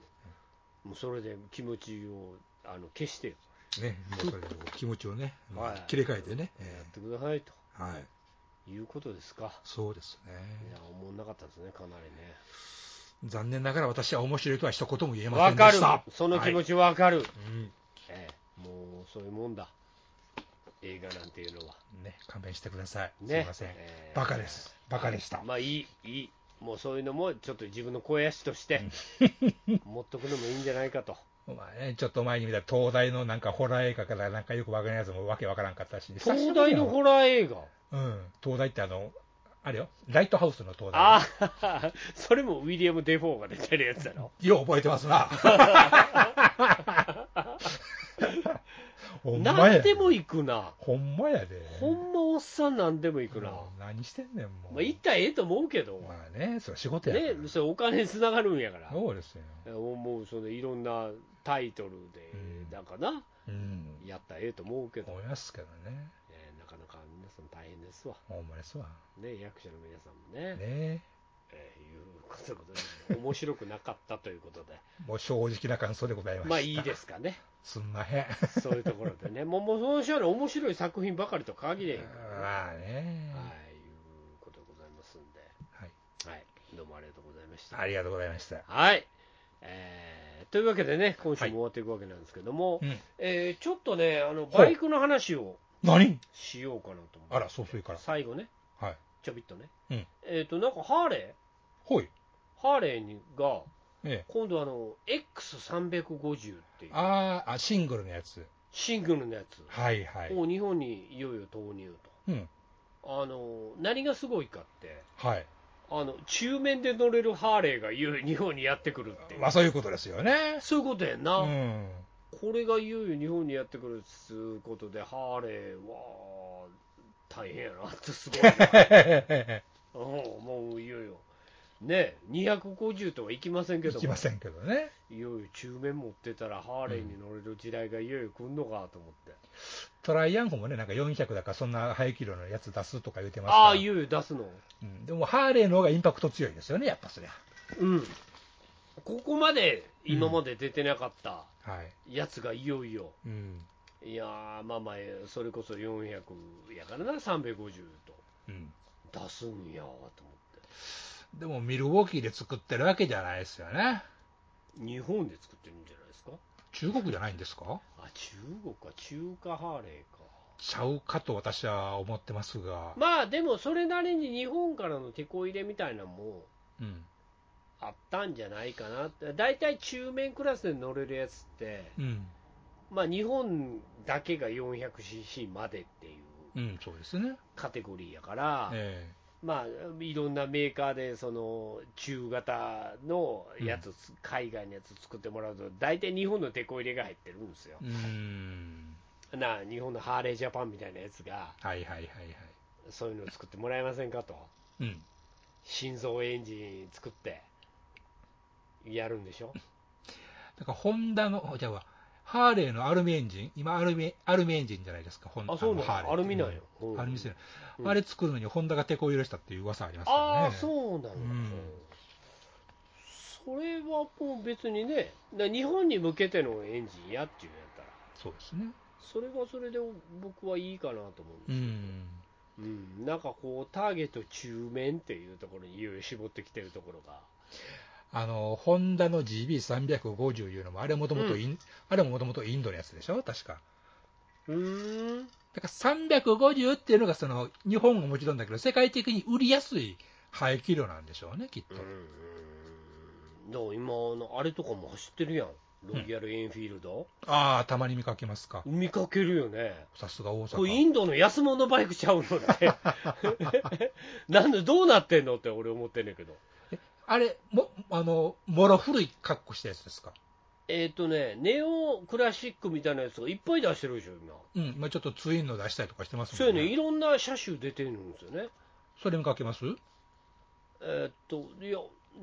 Speaker 3: もうそれで気持ちをあの消してよ、
Speaker 4: じ。ね、もうそれで気持ちをね、
Speaker 3: はい
Speaker 4: 切り替えてね。
Speaker 3: や
Speaker 4: え
Speaker 3: ってくださいと
Speaker 4: ーはい。
Speaker 3: いうことですか。
Speaker 4: そうです
Speaker 3: い
Speaker 4: ね
Speaker 3: や、。思んなかったですね、かなりね。
Speaker 4: 残念ながら私は面白いとは一言も言えませ
Speaker 3: わ
Speaker 4: ん
Speaker 3: か
Speaker 4: で
Speaker 3: る
Speaker 4: した。
Speaker 3: その気持
Speaker 4: ち。
Speaker 3: ちわかる、
Speaker 4: うん
Speaker 3: ええもうそういうもんだ映画なんていうのは
Speaker 4: ね、勘弁してください。
Speaker 3: ね
Speaker 4: すいません。
Speaker 3: えー
Speaker 4: バカです。バカでした。
Speaker 3: まあいいいいもうそういうのもちょっと自分の肥やしとして 持っとくのもいいんじゃないかと
Speaker 4: まあね、ちょっと前に見た東大のなんかホラー映画からなんかよくわからんやつもわけわからんかったし。
Speaker 3: 東大のホラー映画
Speaker 4: うん。東大ってあの、あれよ、ライトハウスの東大。
Speaker 3: ああそれもウィリアム・デフォーが出てるやつだろ
Speaker 4: よう覚えてますな。ほんま
Speaker 3: 何
Speaker 4: や
Speaker 3: で。も行くな。
Speaker 4: ほんまやで。
Speaker 3: ほんまおっさん何でも行くな。
Speaker 4: もう何してんねん、もう。
Speaker 3: まあ、行ったらええと思うけど。
Speaker 4: まあね、それは仕事やから
Speaker 3: ね、それお金につながるんやから。
Speaker 4: そうですよ。
Speaker 3: もうそのいろんなタイトルで
Speaker 4: うん、
Speaker 3: なんかな、
Speaker 4: うん。
Speaker 3: やったらええと思うけど、ね
Speaker 4: 思いますけどね。
Speaker 3: なかなか皆さん大変ですわ。
Speaker 4: ほんまですわ。
Speaker 3: ね、役者の皆さんもね、
Speaker 4: ね
Speaker 3: えーいうことでございます、面白くなかったということ で、
Speaker 4: もう正直な感想でございました。
Speaker 3: まあいいですか ね、
Speaker 4: すんまへん。
Speaker 3: そういうところでね、もう、もうその人の面白い作品ばかりと限れへんからね。
Speaker 4: まあ
Speaker 3: は
Speaker 4: ね、
Speaker 3: い、いうことでございますんで、
Speaker 4: はい。
Speaker 3: はい、どうもありがとうございました。
Speaker 4: ありがとうございました。
Speaker 3: はい、えーというわけでね、今週も終わっていくわけなんですけども、
Speaker 4: うん。
Speaker 3: えーちょっとね、あのバイクの話を
Speaker 4: 何
Speaker 3: しようかなと思
Speaker 4: あ
Speaker 3: っ
Speaker 4: ら、そうそういか
Speaker 3: て、
Speaker 4: ら。
Speaker 3: 最後ね、
Speaker 4: はい。
Speaker 3: ちょびっとね、
Speaker 4: うん
Speaker 3: えっ、と、なんかハーレ
Speaker 4: ほい。
Speaker 3: ー、ハーレーにが、
Speaker 4: ええ。
Speaker 3: 今度あの、X350 っていう
Speaker 4: あーあ、シングルのやつ。
Speaker 3: シングルのやつ
Speaker 4: はいはい。
Speaker 3: を日本にいよいよ投入
Speaker 4: うん。
Speaker 3: と、あの何がすごいかって、
Speaker 4: はい。
Speaker 3: あの中面で乗れるハーレーがいよい よ日本にやってくるっていう
Speaker 4: まあ、そういうことですよね。
Speaker 3: そういうことやんな、
Speaker 4: うん。
Speaker 3: これがいよいよ日本にやってくるっつうことで、ハーレーは大変やなって、すごいな、う ん、もういよいよ、ね、250とはいきませんけ
Speaker 4: い
Speaker 3: ど
Speaker 4: き
Speaker 3: も
Speaker 4: ま、せんけどね。
Speaker 3: いよいよ中面持ってたら、ハーレーに乗れる時代がいよいよ来んのかと思って。
Speaker 4: トライアンフもね、なんか400だか、そんな排気量のやつ出すとか言うてますから。
Speaker 3: ああ、いよいよ出すの。
Speaker 4: うんでも、ハーレーの方がインパクト強いですよね、やっぱそりゃ。
Speaker 3: うん。ここまで今まで出てなかった
Speaker 4: はい。
Speaker 3: やつがいよいよ。
Speaker 4: うん。
Speaker 3: いやー、まあまあ、それこそ400やからな、350
Speaker 4: うん。
Speaker 3: と出すんやと思
Speaker 4: でも、ミルウォーキーで作ってるわけじゃないですよね。
Speaker 3: って。日本で作ってるんじゃないですか
Speaker 4: 中国じゃないんですか
Speaker 3: あ、中国か、中華ハーレーか。
Speaker 4: ちゃうかと私は思ってますが。
Speaker 3: まあでも、それなりに日本からの手こ入れみたいなのも
Speaker 4: うん。
Speaker 3: あったんじゃないかなって。だいたい中面クラスで乗れるやつって、
Speaker 4: うん。
Speaker 3: まあ日本だけが 400cc までっていう
Speaker 4: うん、そうですね。
Speaker 3: カテゴリーやから、
Speaker 4: え
Speaker 3: まあ、いろんなメーカーでその中型のやつ、海外のやつ作ってもらうと、大体日本のテこ入れが入ってるんですよ
Speaker 4: え。う、ん。
Speaker 3: なあ日本のハーレージャパンみたいなやつが、
Speaker 4: はいはいはいはい。
Speaker 3: そういうの作ってもらえませんかと、
Speaker 4: うん。
Speaker 3: 心臓エンジン作って、やるんでしょ、
Speaker 4: だから、ホンダの、じゃあ、ハーレーのアルミエンジン、今アルミ、アルミエンジンじゃないですか、ホンダ
Speaker 3: あそうな
Speaker 4: のハーレ
Speaker 3: の
Speaker 4: ー。
Speaker 3: アルミなんや、
Speaker 4: う。
Speaker 3: うんん
Speaker 4: アルミ製
Speaker 3: うん
Speaker 4: あれ作るのにホンダが手こ入れしたっていう噂ありますからね。
Speaker 3: ああ、そうなの、
Speaker 4: うん
Speaker 3: それはもう別にね、な日本に向けてのエンジンやっていうんやったら、
Speaker 4: そうですね。
Speaker 3: それはそれで僕はいいかなと思うんです
Speaker 4: う
Speaker 3: けど。
Speaker 4: ん。
Speaker 3: うん、なんかこう、ターゲット中面っていうところにいよいよ絞ってきてるところが、
Speaker 4: あの、ホンダの GB350 いうのも、あれもともとイン、あれもともとインドのやつでしょ確か。
Speaker 3: うーん、
Speaker 4: だから350っていうのが、その、日本ももちろんだけど、世界的に売りやすい排気量なんでしょうね、きっと。
Speaker 3: うん、だから今の、あれとかも走ってるやん、ロイヤルエンフィールド、
Speaker 4: ああ、たまに見かけますか。
Speaker 3: 見かけるよね、
Speaker 4: さすが大
Speaker 3: これ、イ
Speaker 4: 阪。
Speaker 3: ンドの安物バイクちゃうのって、 なんで、どうなってんのって俺、思ってんねんけど、
Speaker 4: あれ、も、あの、もろ古い格好したやつですか。
Speaker 3: えっ、とね、ネオクラシックみたいなやつがいっぱい出してるでしょ、今、
Speaker 4: うん、今ちょっとツインの出したりとかしてます
Speaker 3: そう
Speaker 4: も
Speaker 3: や
Speaker 4: んね。
Speaker 3: ね、いろんな車種出てるんですよね。
Speaker 4: それ見かけます
Speaker 3: えーっと、いや、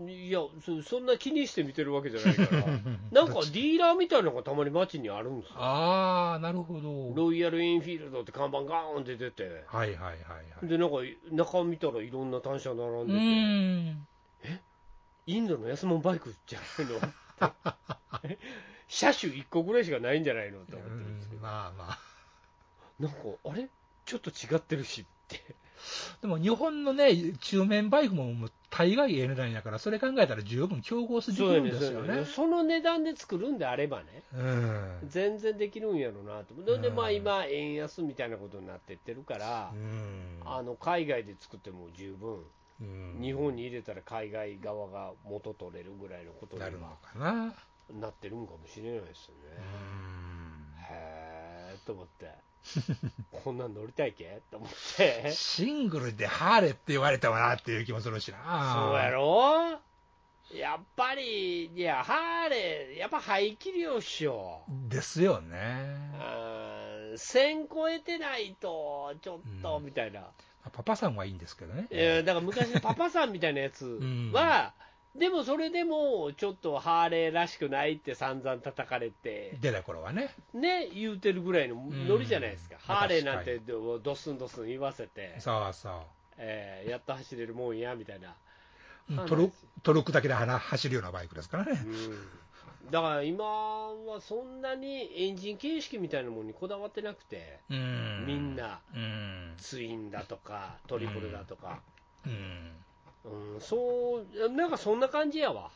Speaker 3: いやそ、そんな気にして見てるわけじゃない から、なんかディーラーみたいなのがたまに街にあるんですよ。
Speaker 4: ああ、なるほど。
Speaker 3: ロイヤルインフィールドって看板ガーンって出て、
Speaker 4: はいはいはいはい。
Speaker 3: で、なんか中見たらいろんな単車並
Speaker 4: うん
Speaker 3: でて、
Speaker 4: ーん。
Speaker 3: インドの安物バイクじゃないのって車種1個ぐらいしかないんじゃないのって思ってるんですけど、
Speaker 4: まあまあ。
Speaker 3: なんか、あれちょっと違ってるしって。
Speaker 4: でも日本のね、中面バイクももう大概ええ値段やから、それ考えたら十分競合する
Speaker 3: そうや
Speaker 4: ん
Speaker 3: ね
Speaker 4: ですよ
Speaker 3: そうや
Speaker 4: ね
Speaker 3: ね。その値段で作るんであればね。
Speaker 4: うん。
Speaker 3: 全然できるんやろうなと思う、で
Speaker 4: うん
Speaker 3: まあ、今、円安みたいなことになってってるから、
Speaker 4: うん
Speaker 3: あの海外で作っても十分、
Speaker 4: うん
Speaker 3: 日本に入れたら海外側が元取れるぐらいのことに
Speaker 4: な
Speaker 3: は
Speaker 4: るのかな。
Speaker 3: なってるんかもしれないですよ
Speaker 4: う
Speaker 3: ね。
Speaker 4: ん
Speaker 3: へーと思って、こんなん乗りたいけと思って、そ
Speaker 4: シングルでハーレーって言われたわなっていう気もするしな。
Speaker 3: うやろやっぱり、いや、ハーレー、やっぱ排気量っしょ。
Speaker 4: ですよね。
Speaker 3: あ1000超えてないと、ちょっと、
Speaker 4: うん
Speaker 3: みたいな。
Speaker 4: あパパさんはいいんですけどね。
Speaker 3: えーだから昔のパパさんみたいなやつ
Speaker 4: ん
Speaker 3: は、でもそれでも、ちょっとハーレーらしくないって散々叩かれて、
Speaker 4: 出た頃はね。
Speaker 3: ね、言うてるぐらいのノリじゃないですか。
Speaker 4: うん
Speaker 3: ハーレーなんてどドスンドスン言わせて、
Speaker 4: そうそ
Speaker 3: えーやっと走れるもんや、みたいな。
Speaker 4: う。う
Speaker 3: あ
Speaker 4: んト
Speaker 3: ナイ
Speaker 4: ル
Speaker 3: ス
Speaker 4: トルクだけではな走るようなバイクですからね。
Speaker 3: うんだから今はそんなにエンジン形式みたいなものにこだわってなくて、
Speaker 4: うん
Speaker 3: みん。な
Speaker 4: うん。
Speaker 3: ツインだとかトリプルだとか、
Speaker 4: うん。
Speaker 3: うんそうなんかそんな感じやわ、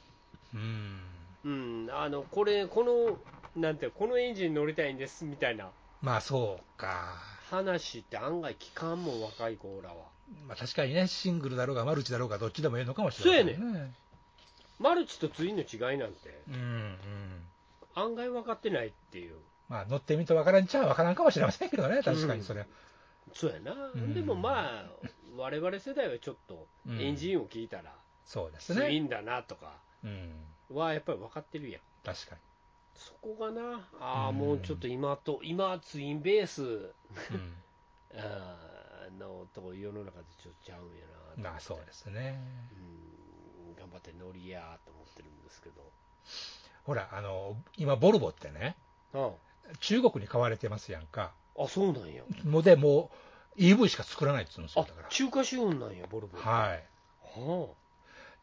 Speaker 4: うん。
Speaker 3: うん、あのこれこのなんていうのこのエンジン乗りたいんですみたいな
Speaker 4: まあそうか。
Speaker 3: 話って案外聞かんもん若い子らは
Speaker 4: まあ確かにね、シングルだろうがマルチだろうがどっちでもいいのかもしれない、
Speaker 3: そう
Speaker 4: ね。
Speaker 3: マルチとツインの違いなんて
Speaker 4: うんうん。
Speaker 3: 案外分かってないっていう
Speaker 4: まあ乗ってみるとわからんちゃわからんかもしれませんけどね、確かにそれ。
Speaker 3: そうやな、
Speaker 4: うん
Speaker 3: でもまあ我々世代はちょっと
Speaker 4: うん
Speaker 3: エンジンを聞いたら
Speaker 4: そうです
Speaker 3: ツイ
Speaker 4: ね。
Speaker 3: ンだなとか、
Speaker 4: うん。
Speaker 3: はやっぱり分かってるやん。
Speaker 4: 確かに。
Speaker 3: そこがな、ああ、
Speaker 4: うん
Speaker 3: もうちょっと今と、今、ツインベース
Speaker 4: うん。
Speaker 3: あーのとこ世の中でちょっとちゃうんやなと
Speaker 4: まあそうですね。
Speaker 3: うん頑張って乗りやーと思ってるんですけ
Speaker 4: ほら、あの、今ボルボってね、
Speaker 3: ど、
Speaker 4: 中国に買われてますやんか。
Speaker 3: ああそうなんや、
Speaker 4: ので、もう EV しか作らないって言うんですよ、
Speaker 3: あ
Speaker 4: だから。
Speaker 3: 中華資本なんや、ボルボ、い
Speaker 4: はい。
Speaker 3: は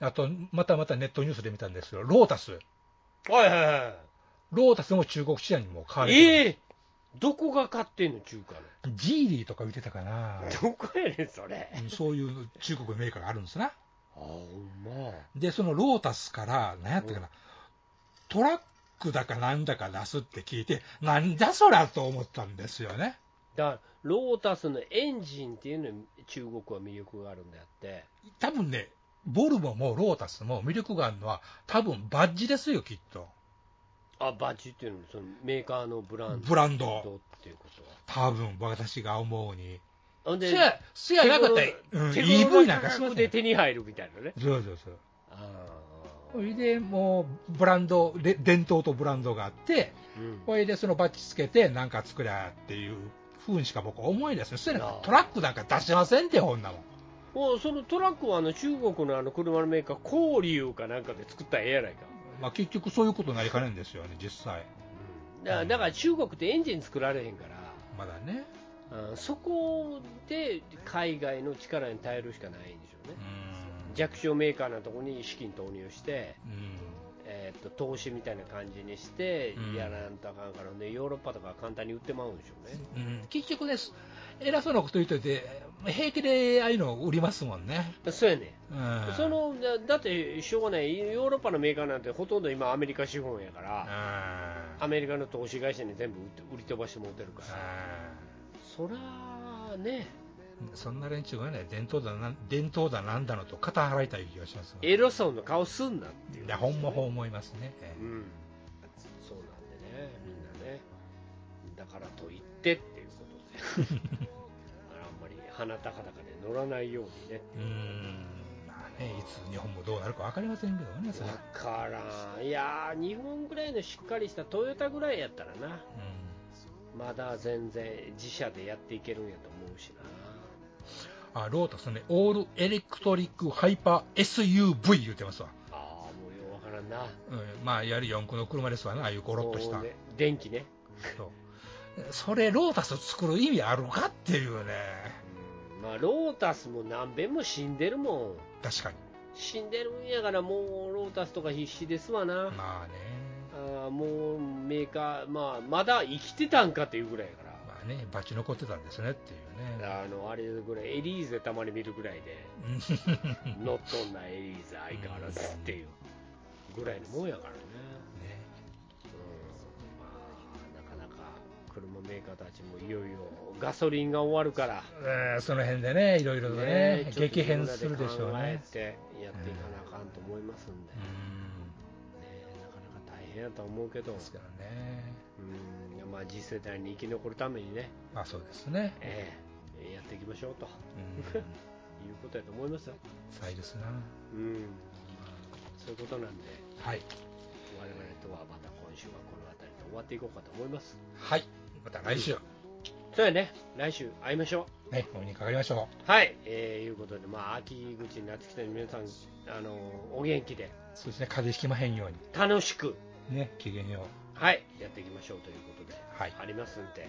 Speaker 4: あと、またまたネットニュースで見たんですけど、ロータス。
Speaker 3: あ、はいはいは
Speaker 4: ロータスも中国市場にもう買われ
Speaker 3: い、
Speaker 4: て
Speaker 3: え
Speaker 4: る。
Speaker 3: えどこが買ってんの、中華の、
Speaker 4: ジーリーとか売ってたかな。
Speaker 3: どこやねん、それ、
Speaker 4: うんそういう中国のメーカーがあるんですな。
Speaker 3: あほんま、
Speaker 4: で、そのロータスから、何やったかな、トラックだかなんだか出すって聞いて、なんだそらと思ったんですよね。
Speaker 3: だから、ロータスのエンジンっていうのに中国は魅力があるんであって。
Speaker 4: 多分ね、ボルボもロータスも魅力があるのは、多分バッジですよ、きっと。
Speaker 3: あバチっていうのもそのメーカーのブランド
Speaker 4: ブランド。
Speaker 3: っていうことは
Speaker 4: 多分、私が思うに。
Speaker 3: ほん
Speaker 4: せ
Speaker 3: で
Speaker 4: や、せやなくて、
Speaker 3: 手
Speaker 4: うん、
Speaker 3: 頃手
Speaker 4: EV
Speaker 3: 頃
Speaker 4: な
Speaker 3: なん
Speaker 4: か
Speaker 3: 価
Speaker 4: そう
Speaker 3: 格
Speaker 4: で
Speaker 3: で。手に入るみたいなね
Speaker 4: そうそうそう。
Speaker 3: ああ
Speaker 4: それで、もう、ブランド、で伝統とブランドがあって、これでそのバッジつけて、なんか作りゃっていうふうにしか僕は思いですよ。そしたら
Speaker 3: あ、ー
Speaker 4: トラックなんか出しませんって、こんなもん。
Speaker 3: もうそのトラックはあの中国のあの車のメーカーコーリューかなんかで作ったらええやないか
Speaker 4: まあ、結局そういうことになりかねんですよね、実際。
Speaker 3: だからだから中国ってエンジン作られへんか
Speaker 4: まだね。
Speaker 3: ら、うんそこで海外の力に耐えるしかないんでしょうね
Speaker 4: う、ん。
Speaker 3: 弱小メーカーのところに資金投入して、
Speaker 4: うん。
Speaker 3: えー、と投資みたいな感じにして
Speaker 4: うん
Speaker 3: やらんとあかんからね、ヨーロッパとかは簡単に売ってまうんでしょうね、
Speaker 4: うん、結局ね、す偉そうなこと言っといて、平気でああいうのを売りますもんね。
Speaker 3: そうやね、
Speaker 4: うん。
Speaker 3: そのだだってしょうがない、ヨーロッパのメーカーなんてほとんど今、アメリカ資本やから、
Speaker 4: あ
Speaker 3: アメリカの投資会社に全部売って売り飛ばして持ってるから、そらね、
Speaker 4: そんな連中がね、伝統だな、伝統だなんだのと肩払いたい気がしますもん
Speaker 3: エロソンの顔すんな、
Speaker 4: いや、ほんまほう思いますね。え
Speaker 3: うん、そうなんでね、みんなね、だからといってっていうこと で、あんまり鼻高々で乗らないようにね。
Speaker 4: えうん。まあね、いつ日本もどうなるかわかりませんけどね、それ
Speaker 3: わからんいやー日本ぐらいのしっかりしたトヨタぐらいやったらな
Speaker 4: うん。
Speaker 3: まだ全然自社でやっていけるんやと思うし
Speaker 4: あ、ロータスね、オールエレクトリックハイパー SUV 言ってますわ。
Speaker 3: なああもうようわからんな
Speaker 4: うん、まあ、いわゆる四駆の車ですわね、ああいうゴロッとした
Speaker 3: もう。ね電気ね
Speaker 4: そうそれ、ロータス作る意味あるかっていうね。
Speaker 3: うんまあロータスも何べんも死んでるもん
Speaker 4: 確かに。
Speaker 3: 死んでるんやからもうロータスとか必死ですわな、
Speaker 4: まあね。
Speaker 3: あーもうメーカー、まあ、まだ生きてたんかっていうぐらいやから
Speaker 4: まあね、バチ残ってたんですねっていうね。
Speaker 3: あのあれぐらいエリーゼたまに見るぐらいで
Speaker 4: うん
Speaker 3: 乗っとんなエリーゼ相変わらずっていうぐらいのもんやからね、
Speaker 4: ね
Speaker 3: うんまあ、なかなか車メーカーたちもいよいよガソリンが終わるから、
Speaker 4: うんその辺でね、いろいろとね、
Speaker 3: ね
Speaker 4: 激変するでしょう
Speaker 3: ちょっと自分
Speaker 4: ね。
Speaker 3: らで考えてやっていかなあかんと思いますんで、
Speaker 4: う
Speaker 3: ね、
Speaker 4: ん
Speaker 3: なかなか大変やと思うけど、
Speaker 4: ですからね。
Speaker 3: うんまあ、次世代に生き残るためにね、
Speaker 4: まあそうですね。
Speaker 3: ええやっていきましょうと
Speaker 4: うん、
Speaker 3: いうことやと思いますよ。
Speaker 4: さいですな。
Speaker 3: うんそういうことなんで、
Speaker 4: はい。
Speaker 3: 我々とはまた今週はこの辺りで終わっていこうかと思います。
Speaker 4: はい。また来週。
Speaker 3: そうやね、来週会いましょ
Speaker 4: ね、お目にかかりましょ
Speaker 3: う。はい、えー、いうことで、まあ、秋口になってきたので、皆さん、あのお元気で、
Speaker 4: う。そうですね、風邪ひきまへんよう
Speaker 3: 楽しく、
Speaker 4: に。ね、機嫌よ
Speaker 3: はい、やっていきましょうということで、
Speaker 4: はい
Speaker 3: ありますんで、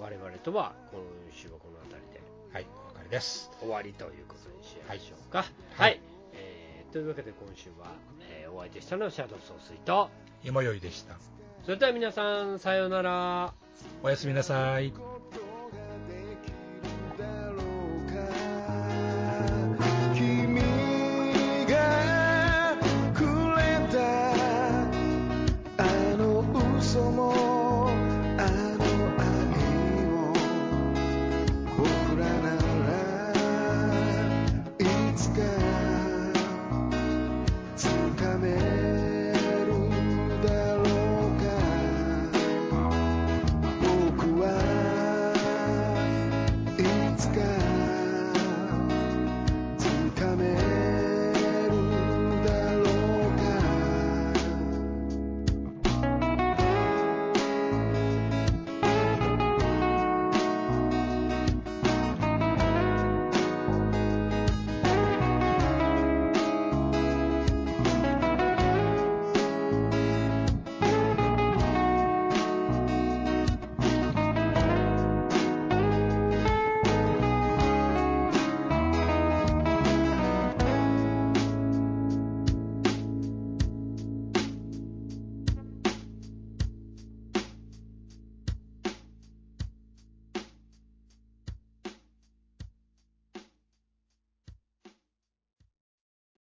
Speaker 3: 我々とは今週はこの辺りで
Speaker 4: う。はい、お別れです。
Speaker 3: 終わりということにしましょうか。はい、
Speaker 4: はい
Speaker 3: えーというわけで今週は、えーお相手したのはシャドウ総帥と、
Speaker 4: 今よいでした。
Speaker 3: それでは皆さん、さようなら。
Speaker 4: おやすみなさい。